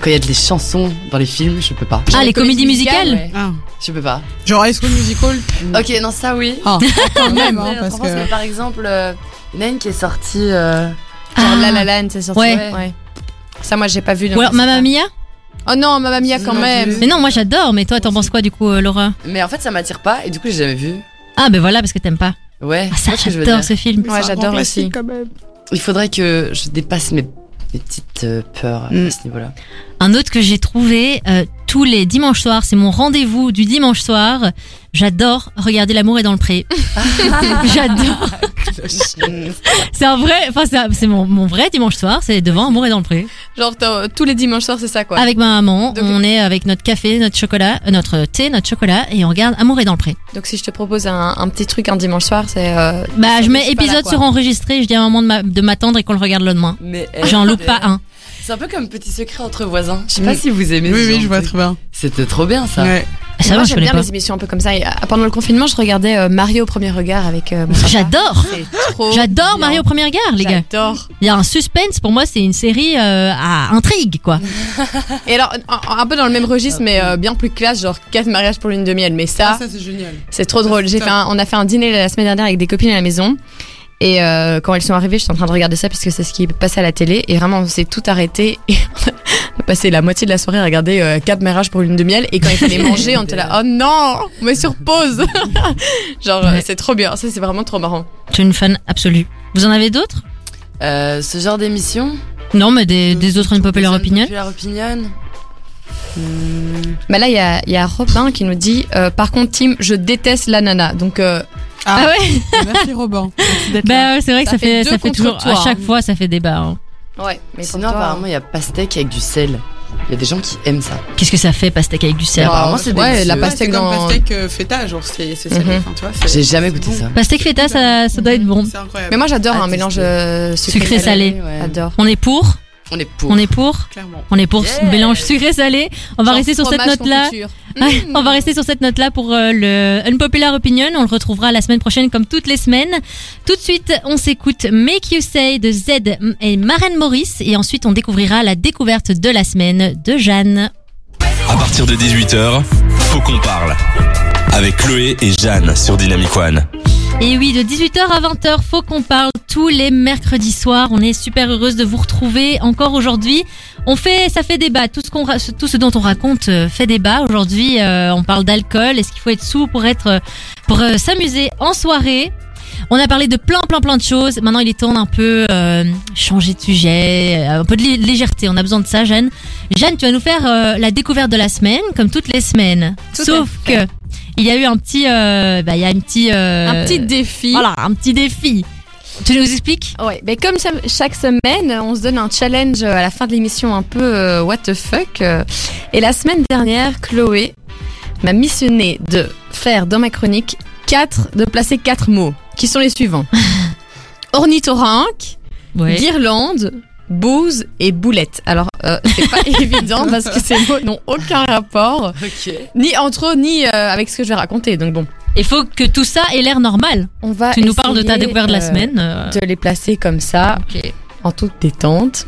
S4: Quand il y a des chansons dans les films, je peux pas.
S2: Ah, les comédies musicales
S5: Ah.
S3: Mm.
S4: Je peux pas.
S5: Genre High School Musical.
S4: Ok, non, ça oui.
S5: Ah, quand même, hein, parce
S4: Je pense
S5: que.
S4: que, par exemple, euh, il y en a une qui est sortie. euh,
S3: Genre
S2: Ah.
S3: La La Land, c'est sorti.
S2: Ouais.
S3: Ça, moi, j'ai pas vu. donc
S2: Ou alors
S3: je sais
S2: Mamma
S3: pas.
S2: Mia
S3: Oh non, Mamma Mia quand
S5: Non
S3: même.
S5: plus.
S2: Mais non, moi j'adore, mais toi t'en penses quoi du coup, euh, Laura
S4: Mais en fait, ça m'attire pas et du coup, j'ai jamais vu.
S2: Ah, ben voilà, parce que t'aimes pas.
S4: Ouais,
S2: Ah,
S4: c'est
S2: ça,
S4: ce que je veux
S2: j'adore
S4: dire.
S2: ce film.
S3: Ouais, j'adore aussi.
S5: Quand même.
S4: Il faudrait que je dépasse mes, mes petites euh, peurs
S5: Mm.
S4: à ce niveau-là.
S2: Un autre que j'ai trouvé euh, tous les dimanches soirs, c'est mon rendez-vous du dimanche soir. J'adore regarder L'amour est dans le pré. J'adore. C'est un vrai, enfin c'est un- c'est mon, mon vrai dimanche soir, c'est devant Amour est dans le pré.
S3: Genre, t'as- tous les dimanches soirs, c'est ça, quoi.
S2: Avec ma maman,
S3: Donc-
S2: on est avec notre café, notre chocolat, euh, notre thé, notre chocolat et on regarde Amour est dans le pré.
S3: Donc, si je te propose un, un petit truc un dimanche soir, c'est. euh,
S2: Bah je mets
S3: suis pas là,
S2: épisode
S3: quoi.
S2: sur enregistré, je dis à maman de ma- de m'attendre et qu'on le regarde le lendemain.
S4: Mais
S5: Ah,
S2: J'en loupe pas un.
S4: C'est un peu comme petit secret entre voisins. Je sais
S5: Mm.
S4: pas si vous aimez.
S5: Oui,
S4: ce
S5: oui,
S4: genre
S5: je
S4: de
S5: vois
S4: truc.
S5: très bien.
S4: C'était trop bien ça.
S5: Ouais.
S2: Ça
S3: moi,
S2: va, je
S3: j'aime
S2: connais
S3: bien
S2: pas.
S3: les émissions un peu comme ça. Et, euh, pendant le confinement, je regardais euh, Mario au premier regard avec euh, mon papa.
S2: J'adore.
S3: C'est trop
S2: J'adore
S3: bien.
S2: Mario au premier regard, les gars.
S3: Oh, J'adore.
S2: Il y a un suspense, pour moi, c'est une série euh, à intrigue, quoi.
S3: Et alors, un, un peu dans le même registre, mais euh, bien plus classe, genre 4 mariages pour lune de miel. Mais ça,
S5: Ah, ça c'est génial.
S3: C'est trop drôle. J'ai fait un- on a fait un dîner la semaine dernière avec des copines à la maison. Et euh, quand elles sont arrivées, j'étais en train de regarder ça parce que c'est ce qui passait à la télé. Et vraiment, on s'est tout arrêté. Et on a passé la moitié de la soirée à regarder euh, quatre mariages pour une de miel. Et quand il fallait manger, on était là, oh non, on met sur pause. Genre, euh,
S2: Ouais.
S3: c'est trop bien. Ça, c'est vraiment trop marrant.
S2: Tu es une fan absolue. Vous en avez d'autres
S4: Euh, ce genre d'émission.
S2: Non, mais des,
S5: Euh,
S2: des autres unpopular opinion.
S4: Popular opinion. Hmm.
S3: Bah là, il y a, il y a Robin qui nous dit, euh, par contre, Tim, je déteste l'ananas. Donc, euh,
S5: Ah
S2: ouais
S5: Merci Robin. Merci d'être là.
S2: Bah ouais, c'est vrai que
S3: Ça
S2: ça fait,
S3: fait
S2: ça
S3: deux
S2: fait
S3: contre
S2: toujours,
S3: toi,
S2: à chaque
S3: hein.
S2: fois, ça fait débat. hein.
S3: ouais, mais pour
S4: Sinon,
S3: toi,
S4: apparemment, il y a pastèque avec du sel. Il y a des gens qui aiment ça.
S2: Qu'est-ce que ça fait, pastèque avec du sel
S4: Ah, apparemment, c'est
S3: ouais,
S4: délicieux.
S3: la
S4: Ouais,
S5: Ouais, c'est
S3: pastèque
S5: comme
S3: dans.
S5: pastèque euh, feta, genre c'est c'est salé.
S3: Mhm.
S5: Enfin, tu vois, c'est-
S4: J'ai jamais
S5: c'est
S4: goûté
S5: bon.
S4: ça.
S2: Pastèque feta, ça, ça doit être bon.
S5: C'est incroyable.
S3: Mais moi, j'adore
S4: Ah,
S3: un
S4: c'est-
S3: mélange euh,
S2: Sucré
S3: sucré-salé.
S2: salé.
S4: Ouais.
S3: J'adore.
S2: On est pour,
S4: On est pour.
S2: on est pour,
S5: clairement.
S2: on est pour ce
S4: Yeah.
S2: mélange sucré-salé. On va
S3: Genre
S2: rester sur cette
S3: fromage,
S2: note-là.
S3: confiture.
S2: Ouais, On va rester sur cette note-là pour euh, le Unpopular Opinion. On le retrouvera la semaine prochaine comme toutes les semaines. Tout de suite, on s'écoute Make You Say de Z et Maren Maurice. Et ensuite, on découvrira la découverte de la semaine de Jeanne.
S1: À partir de 18h, faut qu'on parle. Avec Chloé et Jeanne sur Dynamic One.
S2: Et oui, de 18h à 20h, faut qu'on parle tous les mercredis soirs. On est super heureuse de vous retrouver encore aujourd'hui. On fait, ça fait débat. Tout ce qu'on, ra- tout ce dont on raconte euh, fait débat. Aujourd'hui, euh, on parle d'alcool. Est-ce qu'il faut être sous pour être, euh, pour euh, s'amuser en soirée? On a parlé de plein, plein, plein de choses. Maintenant, il est temps d'un peu euh, changer de sujet, euh, un peu de lé- légèreté. On a besoin de ça, Jeanne. Jeanne, tu vas nous faire euh, la découverte de la semaine, comme toutes les semaines.
S3: Tout à
S2: Sauf que il y a eu un petit, euh, bah, il y a un petit, euh,
S3: Un petit défi.
S2: voilà, un petit défi. Tu nous expliques
S3: Ouais, mais comme cha- chaque semaine, on se donne un challenge à la fin de l'émission un peu euh, what the fuck. euh, Et la semaine dernière, Chloé m'a missionné de faire dans ma chronique quatre, de placer quatre mots qui sont les suivants ornithorynque, guirlande, bouse et boulette. Alors euh, c'est pas évident parce que ces mots n'ont aucun rapport,
S4: Ok.
S3: ni entre eux, ni euh, avec ce que je vais raconter. Donc bon,
S2: Il faut que tout ça ait l'air normal.
S3: on va.
S2: Tu nous parles de ta
S3: essayer,
S2: découverte de la
S3: euh,
S2: semaine. euh,
S3: de les placer comme ça,
S2: Ok.
S3: en toute détente.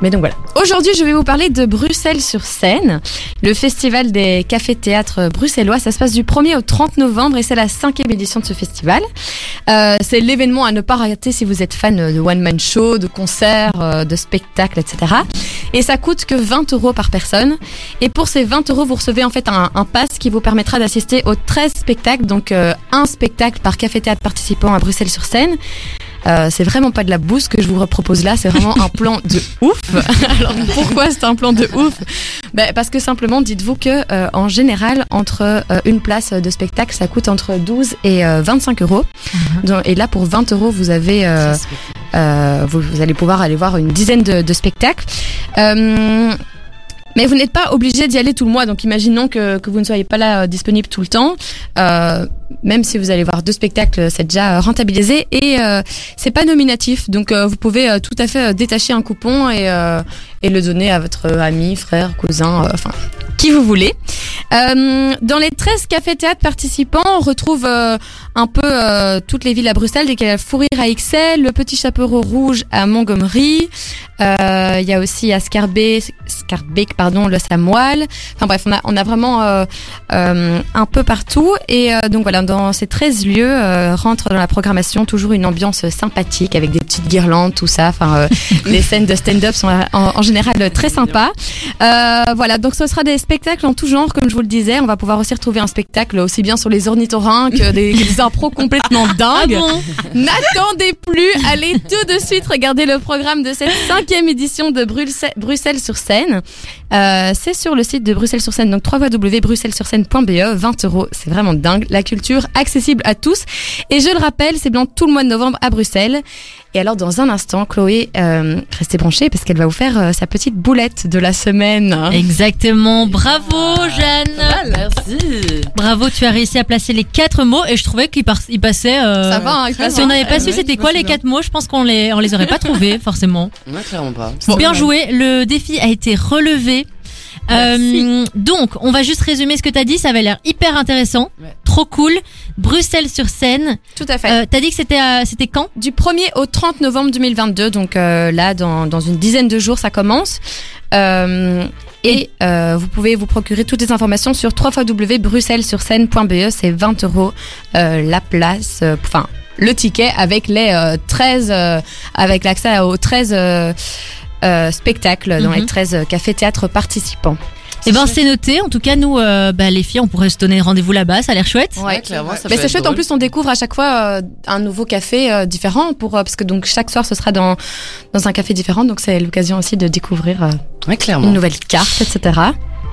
S3: Mais donc voilà. Aujourd'hui, je vais vous parler de Bruxelles-sur-Seine. Le festival des cafés-théâtres bruxellois, ça se passe du 1er au 30 novembre et c'est la cinquième édition de ce festival. Euh, c'est l'événement à ne pas rater si vous êtes fan de one-man show, de concerts, euh, de spectacles, etc. Et ça coûte que 20 euros par personne. Et pour ces 20 euros, vous recevez en fait un, un pass qui vous permettra d'assister aux 13 spectacles, donc euh, un spectacle par café-théâtre participant à Bruxelles-sur-Seine. Euh, c'est vraiment pas de la bouse que je vous propose là, c'est vraiment un plan de ouf. Alors pourquoi c'est un plan de ouf ben, Parce que simplement, dites-vous que euh, en général, entre euh, une place de spectacle, ça coûte entre 12 et euh, 25 euros. Donc- et là, pour 20 euros, vous avez... euh, euh, vous, vous allez pouvoir aller voir une dizaine de, de spectacles. Euh, mais vous n'êtes pas obligé d'y aller tout le mois, donc imaginons que, que vous ne soyez pas là euh, disponible tout le temps. Euh, même si vous allez voir deux spectacles, c'est déjà euh, rentabilisé et euh, c'est pas nominatif, donc euh, vous pouvez euh, tout à fait euh, détacher un coupon et, euh, et le donner à votre ami, frère, cousin, euh, enfin qui vous voulez. Euh, dans les 13 cafés-théâtres participants, on retrouve euh, un peu euh, toutes les villes à Bruxelles, dès qu'il y a Fourir à Ixelles, le Petit Chaperon Rouge à Montgomery, euh, il y a aussi à Scarbeck, Scarbeck, pardon, le Samoal. Enfin bref, on a, on a vraiment euh, euh, un peu partout. Et euh, donc voilà, dans ces 13 lieux euh, rentre dans la programmation toujours une ambiance sympathique avec des petites guirlandes, tout ça. Enfin, euh, les scènes de stand-up sont euh, en, en général euh, très sympas. Euh, voilà, donc ce sera des spectacles en tout genre, comme je vous le disais. On va pouvoir aussi retrouver un spectacle aussi bien sur les ornithorynques, que des, des impros complètement
S2: Ah
S3: dingues.
S2: bon
S3: N'attendez plus, allez tout de suite regarder le programme de cette cinquième édition de Bruxelles, Bruxelles sur scène. Euh, c'est sur le site de Bruxelles sur scène, donc www.bruxellessurscène.be, 20 E, euros, c'est vraiment dingue. La culture accessible à tous. Et je le rappelle, c'est blanc tout le mois de novembre à Bruxelles. Et alors dans un instant, Chloé, euh, restez branchée parce qu'elle va vous faire euh, sa petite boulette de la semaine.
S2: Exactement. Bravo, Jeanne.
S4: Ah, merci.
S2: Bravo, tu as réussi à placer les quatre mots et je trouvais qu'ils par- ils passaient. euh,
S3: Ça va, hein,
S5: ça
S2: Si on n'avait pas
S5: Ouais,
S2: su
S5: ouais,
S2: c'était
S5: je me
S2: quoi les
S5: souviens.
S2: quatre mots, je pense qu'on les on les aurait pas trouvés forcément.
S4: Ouais, clairement pas.
S5: Bon.
S2: Bien joué, le défi a été relevé. Euh, donc, on va juste résumer ce que t'as dit. Ça avait l'air hyper intéressant,
S4: Ouais.
S2: trop cool. Bruxelles sur scène.
S3: Tout à fait.
S2: Euh, t'as dit que c'était euh, c'était quand
S3: du 1er au 30 novembre 2022. Donc euh, là, dans, dans une dizaine de jours, ça commence. Euh, et euh, vous pouvez vous procurer toutes les informations sur www.bruxellessurscène.be. E. C'est 20 euros euh, la place. euh, Enfin,
S10: Le ticket avec les euh,
S3: 13 euh, avec l'accès aux 13 euh, euh, spectacles dans
S2: Mhm.
S3: les 13 euh, cafés-théâtres participants.
S2: Eh ben, c'est noté. En tout cas, nous, euh, bah, les filles, on pourrait se donner rendez-vous là-bas. Ça a l'air chouette.
S4: Ouais, clairement, ça
S3: Mais
S4: peut
S3: c'est
S4: être
S3: chouette. En
S4: drôle.
S3: plus, on découvre à chaque fois euh, un nouveau café euh, différent pour euh, parce que donc chaque soir ce sera dans dans un café différent. Donc c'est l'occasion aussi de découvrir euh,
S4: Ouais, clairement.
S3: une nouvelle carte, etc.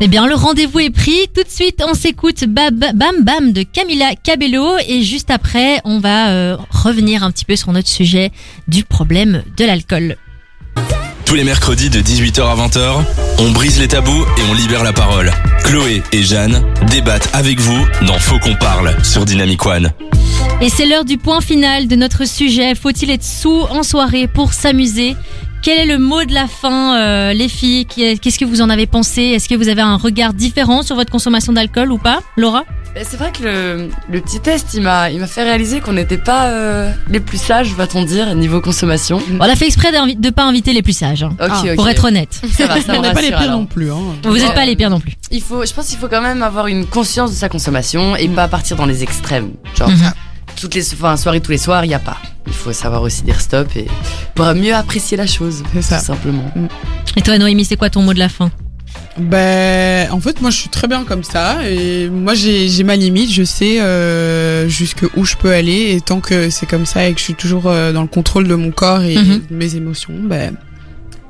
S2: Eh bien, le rendez-vous est pris. Tout de suite, on s'écoute Bab- Bam Bam de Camila Cabello. Et juste après, on va euh, revenir un petit peu sur notre sujet du problème de l'alcool.
S1: Tous les mercredis de 18h à 20h, on brise les tabous et on libère la parole. Chloé et Jeanne débattent avec vous dans Faut qu'on parle sur Dynamic One.
S2: Et c'est l'heure du point final de notre sujet. Faut-il être sous en soirée pour s'amuser Quel est le mot de la fin, euh, les filles Qu'est- Qu'est-ce que vous en avez pensé Est-ce que vous avez un regard différent sur votre consommation d'alcool ou pas Laura
S4: Mais C'est vrai que le, le petit test, il m'a, il m'a fait réaliser qu'on n'était pas euh, les plus sages, va-t-on dire, niveau consommation. Ok,
S2: On a fait exprès d'invi- de pas inviter les plus sages, hein,
S4: ok.
S2: pour être honnête.
S4: ça va, ça me
S5: On n'est pas les
S4: rassure,
S5: pires
S4: alors.
S5: non plus. Hein.
S2: Vous n'êtes pas les pires non plus.
S4: Il faut, je pense qu'il faut quand même avoir une conscience de sa consommation
S5: Mm.
S4: et pas partir dans les extrêmes. Genre,
S5: Mm-hmm.
S2: Mhm.
S4: toutes les, enfin, soirées tous les soirs, il n'y a pas. Il faut savoir aussi dire stop et pour mieux apprécier la chose,
S5: C'est ça.
S4: tout simplement.
S2: Et toi, Noémie, c'est quoi ton mot de la fin
S5: Ben, en fait, moi, je suis très bien comme ça. Et moi, j'ai j'ai ma limite. Je sais euh, jusque où je peux aller. Et tant que c'est comme ça et que je suis toujours euh, dans le contrôle de mon corps et
S2: Mhm.
S5: de mes émotions, ben,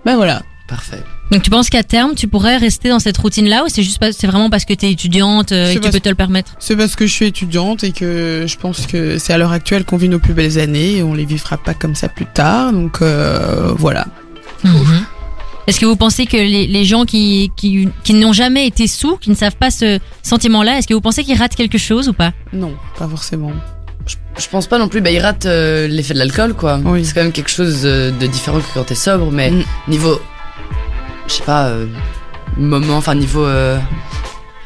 S5: ben voilà.
S4: Parfait.
S2: Donc tu penses qu'à terme tu pourrais rester dans cette routine là ou c'est juste pas- c'est vraiment parce que t'es étudiante euh,
S5: Je
S2: et
S5: sais
S2: tu
S5: pas
S2: peux
S5: si-
S2: te le permettre
S5: C'est parce que je suis étudiante et que je pense que c'est à l'heure actuelle qu'on vit nos plus belles années et on les vivra pas comme ça plus tard. Donc euh, voilà.
S2: Mhm. Est-ce que vous pensez que les, les gens qui, qui, qui n'ont jamais été sous, qui ne savent pas ce sentiment là, est-ce que vous pensez qu'ils ratent quelque chose ou pas
S5: Non, pas forcément.
S4: Je, je pense pas non plus, bah, il rate euh, l'effet de l'alcool, quoi.
S5: Oui.
S4: C'est quand même quelque chose euh, de différent que quand t'es sobre, mais
S5: Mm.
S4: niveau, je sais pas, euh, moment, enfin niveau. Euh,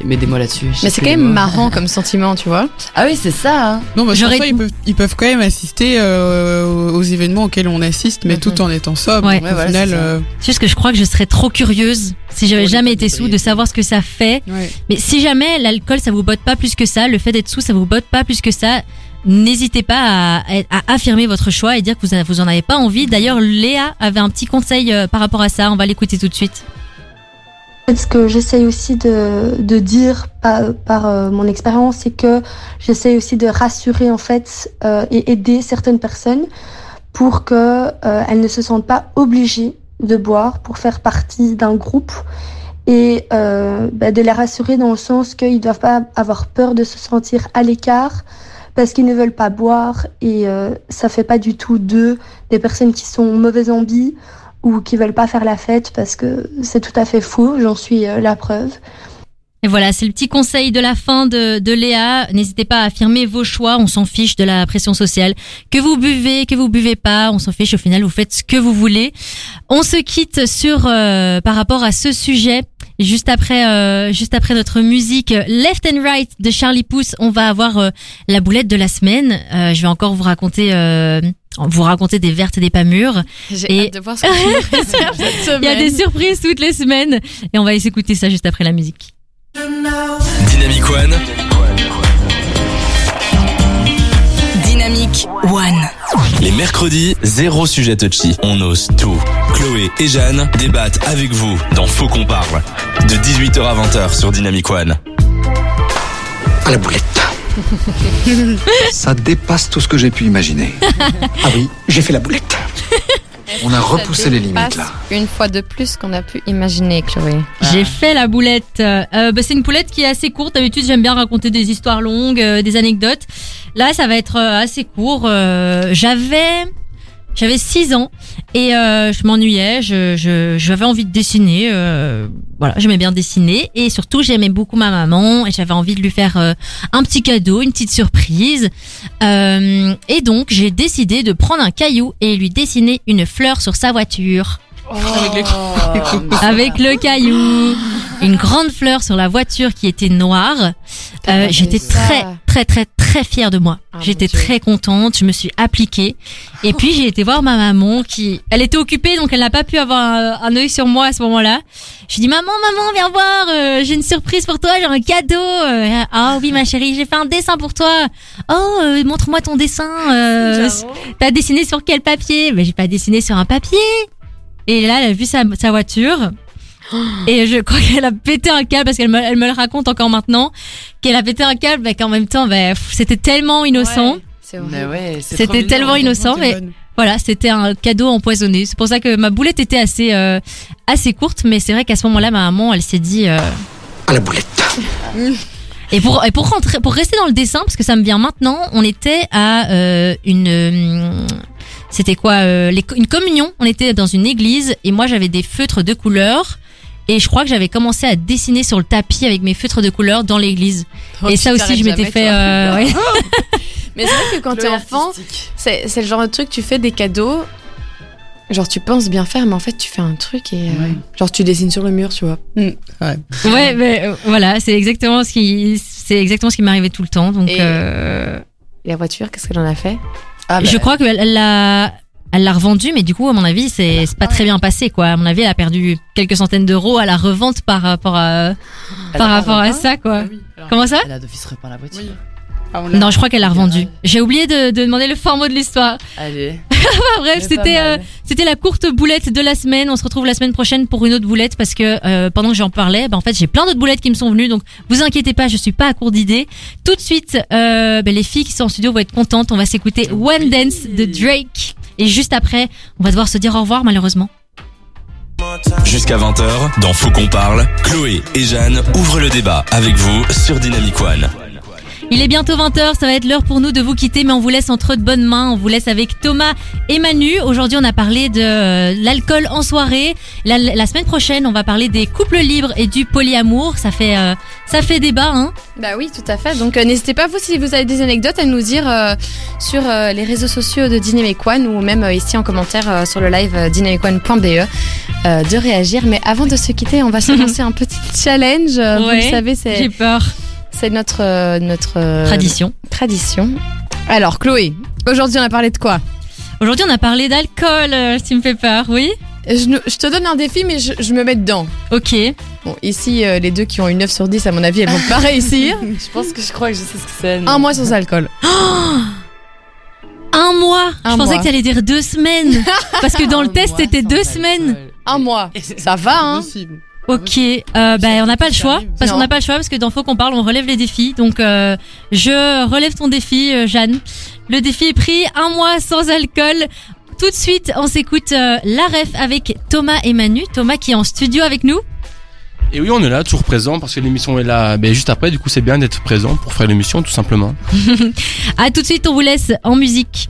S4: Aidez-moi là-dessus. je sais
S3: Mais c'est
S4: plus
S3: quand
S4: les
S3: même
S4: mots.
S3: marrant comme sentiment, tu vois.
S4: Ah oui, c'est ça. hein.
S5: Non, parce que
S2: J'aurais-
S5: parfois, ils peuvent, ils peuvent quand même assister euh, aux événements auxquels on assiste, mais
S4: Mhm.
S5: tout en étant sobre.
S2: Ouais.
S5: Donc,
S4: Ouais,
S5: au
S4: voilà,
S5: final,
S4: c'est ça.
S5: euh,
S2: C'est juste que je crois que je serais trop curieuse si j'avais
S4: Pour
S2: jamais
S4: les
S2: été sous de
S4: débriefer.
S2: savoir ce que ça fait.
S5: ouais.
S2: Mais si jamais l'alcool ça vous botte pas plus que ça, le fait d'être sous ça vous botte pas plus que ça, n'hésitez pas à, à affirmer votre choix et dire que vous, en- vous en avez pas envie. D'ailleurs, Léa avait un petit conseil euh, par rapport à ça. On va l'écouter tout de suite.
S6: Ce que j'essaye aussi de, de dire par, par, euh, mon expérience, c'est que j'essaye aussi de rassurer en fait euh, et aider certaines personnes pour que euh, elles ne se sentent pas obligées de boire pour faire partie d'un groupe et euh, bah, de les rassurer dans le sens qu'ils doivent pas avoir peur de se sentir à l'écart parce qu'ils ne veulent pas boire et euh, ça fait pas du tout d'eux des personnes qui sont mauvaises en billes ou qui veulent pas faire la fête parce que c'est tout à fait faux, j'en suis euh, la preuve.
S2: Et voilà, c'est le petit conseil de la fin de, de Léa. N'hésitez pas à affirmer vos choix, on s'en fiche de la pression sociale. Que vous buvez, que vous buvez pas, on s'en fiche, au final vous faites ce que vous voulez. On se quitte sur euh, par rapport à ce sujet. Juste après, euh, juste après notre musique euh, Left and Right de Charlie Pouce, on va avoir euh, la boulette de la semaine. Euh, je vais encore vous raconter, euh, vous raconter des vertes et des pas mûres.
S3: J'ai
S2: Et-
S3: hâte de voir ce que tu nous réserves cette semaine.
S2: Il y a des surprises toutes les semaines et on va aller s'écouter ça juste après la musique.
S1: Dynamic One.
S11: Dynamique One.
S1: Les mercredis, zéro sujet touchy. On ose tout. Chloé et Jeanne débattent avec vous dans Faux qu'on parle. De 18h à 20h sur Dynamic One.
S12: À la boulette. Ça dépasse tout ce que j'ai pu imaginer. Ah oui, j'ai fait la boulette. On a repoussé les limites là.
S13: Une fois de plus qu'on a pu imaginer, Chloé.
S3: Euh,
S2: J'ai fait la boulette. Euh, bah, c'est une boulette qui est assez courte. D'habitude, j'aime bien raconter des histoires longues, euh, des anecdotes. Là, ça va être euh, assez court. Euh, j'avais j'avais 6 ans et euh, je m'ennuyais. Je, je- j'avais envie de dessiner. euh, voilà, j'aimais bien dessiner et surtout j'aimais beaucoup ma maman et j'avais envie de lui faire euh, un petit cadeau, une petite surprise. Euh, et donc, j'ai décidé de prendre un caillou et lui dessiner une fleur sur sa voiture
S4: Oh,
S2: avec le caillou, une grande fleur sur la voiture qui était noire.
S13: fait
S2: Euh, J'étais
S13: ça.
S2: très, très, très, très fière de moi.
S13: Ah, mon
S2: J'étais
S13: Dieu.
S2: très contente. Je me suis appliquée. Et puis j'ai été voir ma maman qui, elle était occupée donc elle n'a pas pu avoir un, un œil sur moi à ce moment-là. Je dis maman, maman, viens voir. euh, j'ai une surprise pour toi. J'ai un cadeau. Euh, Ah oui ma chérie, j'ai fait un dessin pour toi. Oh euh, montre-moi ton dessin. Euh, T'as dessiné sur quel papier Mais j'ai pas dessiné sur un papier. Et là, elle a vu sa, sa voiture. Et je crois qu'elle a pété un câble parce qu'elle me, elle me le raconte encore maintenant qu'elle a pété un câble, mais qu'en même temps, bah, pff, c'était tellement innocent.
S13: C'est
S4: Mais
S13: horrible.
S4: ouais, c'est trop
S2: C'était
S4: mignon.
S2: tellement innocent, mais voilà, c'était un cadeau empoisonné. C'est pour ça que ma boulette était assez euh, assez courte, mais c'est vrai qu'à ce moment-là, ma maman, elle s'est dit. euh,
S12: À la boulette.
S2: Et pour et pour rentrer, pour rester dans le dessin, parce que ça me vient maintenant, on était à euh, une euh, c'était quoi euh, les- une communion. On était dans une église et moi j'avais des feutres de couleurs et je crois que j'avais commencé à dessiner sur le tapis avec mes feutres de couleurs dans l'église. et ça aussi, je m'étais fait. euh, ouais.
S3: Mais c'est vrai que quand t'es
S4: Chloé
S3: enfant,
S4: artistique.
S3: c'est c'est le genre de truc, tu fais des cadeaux. Genre, tu penses bien faire, mais en fait, tu fais un truc et. euh, Genre, tu dessines sur le mur, tu vois.
S2: Ouais, mais euh, voilà, c'est exactement ce qui c'est exactement ce qui m'arrivait tout le temps. Donc
S3: Et-
S2: euh,
S3: Et la voiture, qu'est-ce qu'elle en a fait
S4: Ah bah,
S2: je crois qu'elle elle l'a elle l'a revendue, mais du coup, à mon avis,
S4: Ah.
S2: c'est c'est pas très bien passé, quoi. À mon avis, elle a perdu quelques centaines d'euros à la revente par rapport à
S4: elle
S2: par
S4: a- Ah
S2: rapport à ça, quoi. Comment ça
S4: Elle a d'office repeint la voiture.
S5: Oui. Ah, on l'a-
S2: Non, je crois qu'elle l'a revendue.
S4: Ouais.
S2: J'ai oublié de, de demander le format de l'histoire.
S4: Allez.
S2: Enfin
S4: Mais
S2: bref,
S4: pas
S2: c'était euh,
S4: mal.
S2: c'était la courte boulette de la semaine. On se retrouve la semaine prochaine pour une autre boulette parce que euh, pendant que j'en parlais, bah, en fait, j'ai plein d'autres boulettes qui me sont venues. Donc, vous inquiétez pas, je suis pas à court d'idées. Tout de suite, euh, bah, les filles qui sont en studio vont être contentes. On va s'écouter One Dance de Drake. Et juste après, on va devoir se dire au revoir malheureusement.
S1: Jusqu'à 20h, dans Faux qu'on parle, Chloé et Jeanne ouvrent le débat avec vous sur Dynamic One.
S2: Il est bientôt 20h, ça va être l'heure pour nous de vous quitter, mais on vous laisse entre de bonnes mains. On vous laisse avec Thomas et Manu. Aujourd'hui, on a parlé de euh, l'alcool en soirée. La, la semaine prochaine, on va parler des couples libres et du polyamour. Ça fait, euh, ça fait débat, hein.
S13: Bah oui, tout à fait. Donc euh, n'hésitez pas, vous, si vous avez des anecdotes, à nous dire euh, sur euh, les réseaux sociaux de Dynamic One ou même euh, ici en commentaire euh, sur le live euh, dynamicone.be euh, de réagir. Mais avant de se quitter, on va se lancer un petit challenge. Euh, Vous
S2: Ouais.
S13: le savez, c'est,
S2: J'ai peur.
S13: c'est notre, euh, notre euh,
S2: Tradition.
S13: tradition. Alors, Chloé, aujourd'hui, on a parlé de quoi
S2: Aujourd'hui, on a parlé d'alcool. euh, Tu me fais peur, oui
S3: je, nous- je te donne un défi, mais je, je me mets dedans.
S2: Ok.
S3: Bon, ici, euh, les deux qui ont une 9 sur 10, à mon avis, elles vont pas réussir.
S4: Je pense que je crois que je sais ce que c'est. mais-
S3: Un mois sans alcool.
S2: Un mois. Je
S3: Un
S2: pensais
S3: mois.
S2: que t'allais dire deux semaines. Parce que dans le
S4: Un
S2: test,
S4: mois
S2: c'était
S4: sans
S2: deux
S4: alcool.
S2: semaines.
S3: Un mois. Ça va, hein
S5: Impossible.
S2: Ok, euh, bah, on n'a pas le choix
S5: J'arrive.
S2: parce qu'on
S3: Non.
S2: n'a pas le choix parce que dans Faux qu'on parle, on relève les défis. Donc euh, je relève ton défi, euh, Jeanne. Le défi est pris, un mois sans alcool. Tout de suite, on s'écoute euh, la ref avec Thomas et Manu. Thomas qui est en studio avec nous.
S14: Et oui, on est là, toujours présent, parce que l'émission est là ben, juste après. Du coup, c'est bien d'être présent pour faire l'émission, tout simplement.
S2: À tout de suite, on vous laisse en musique.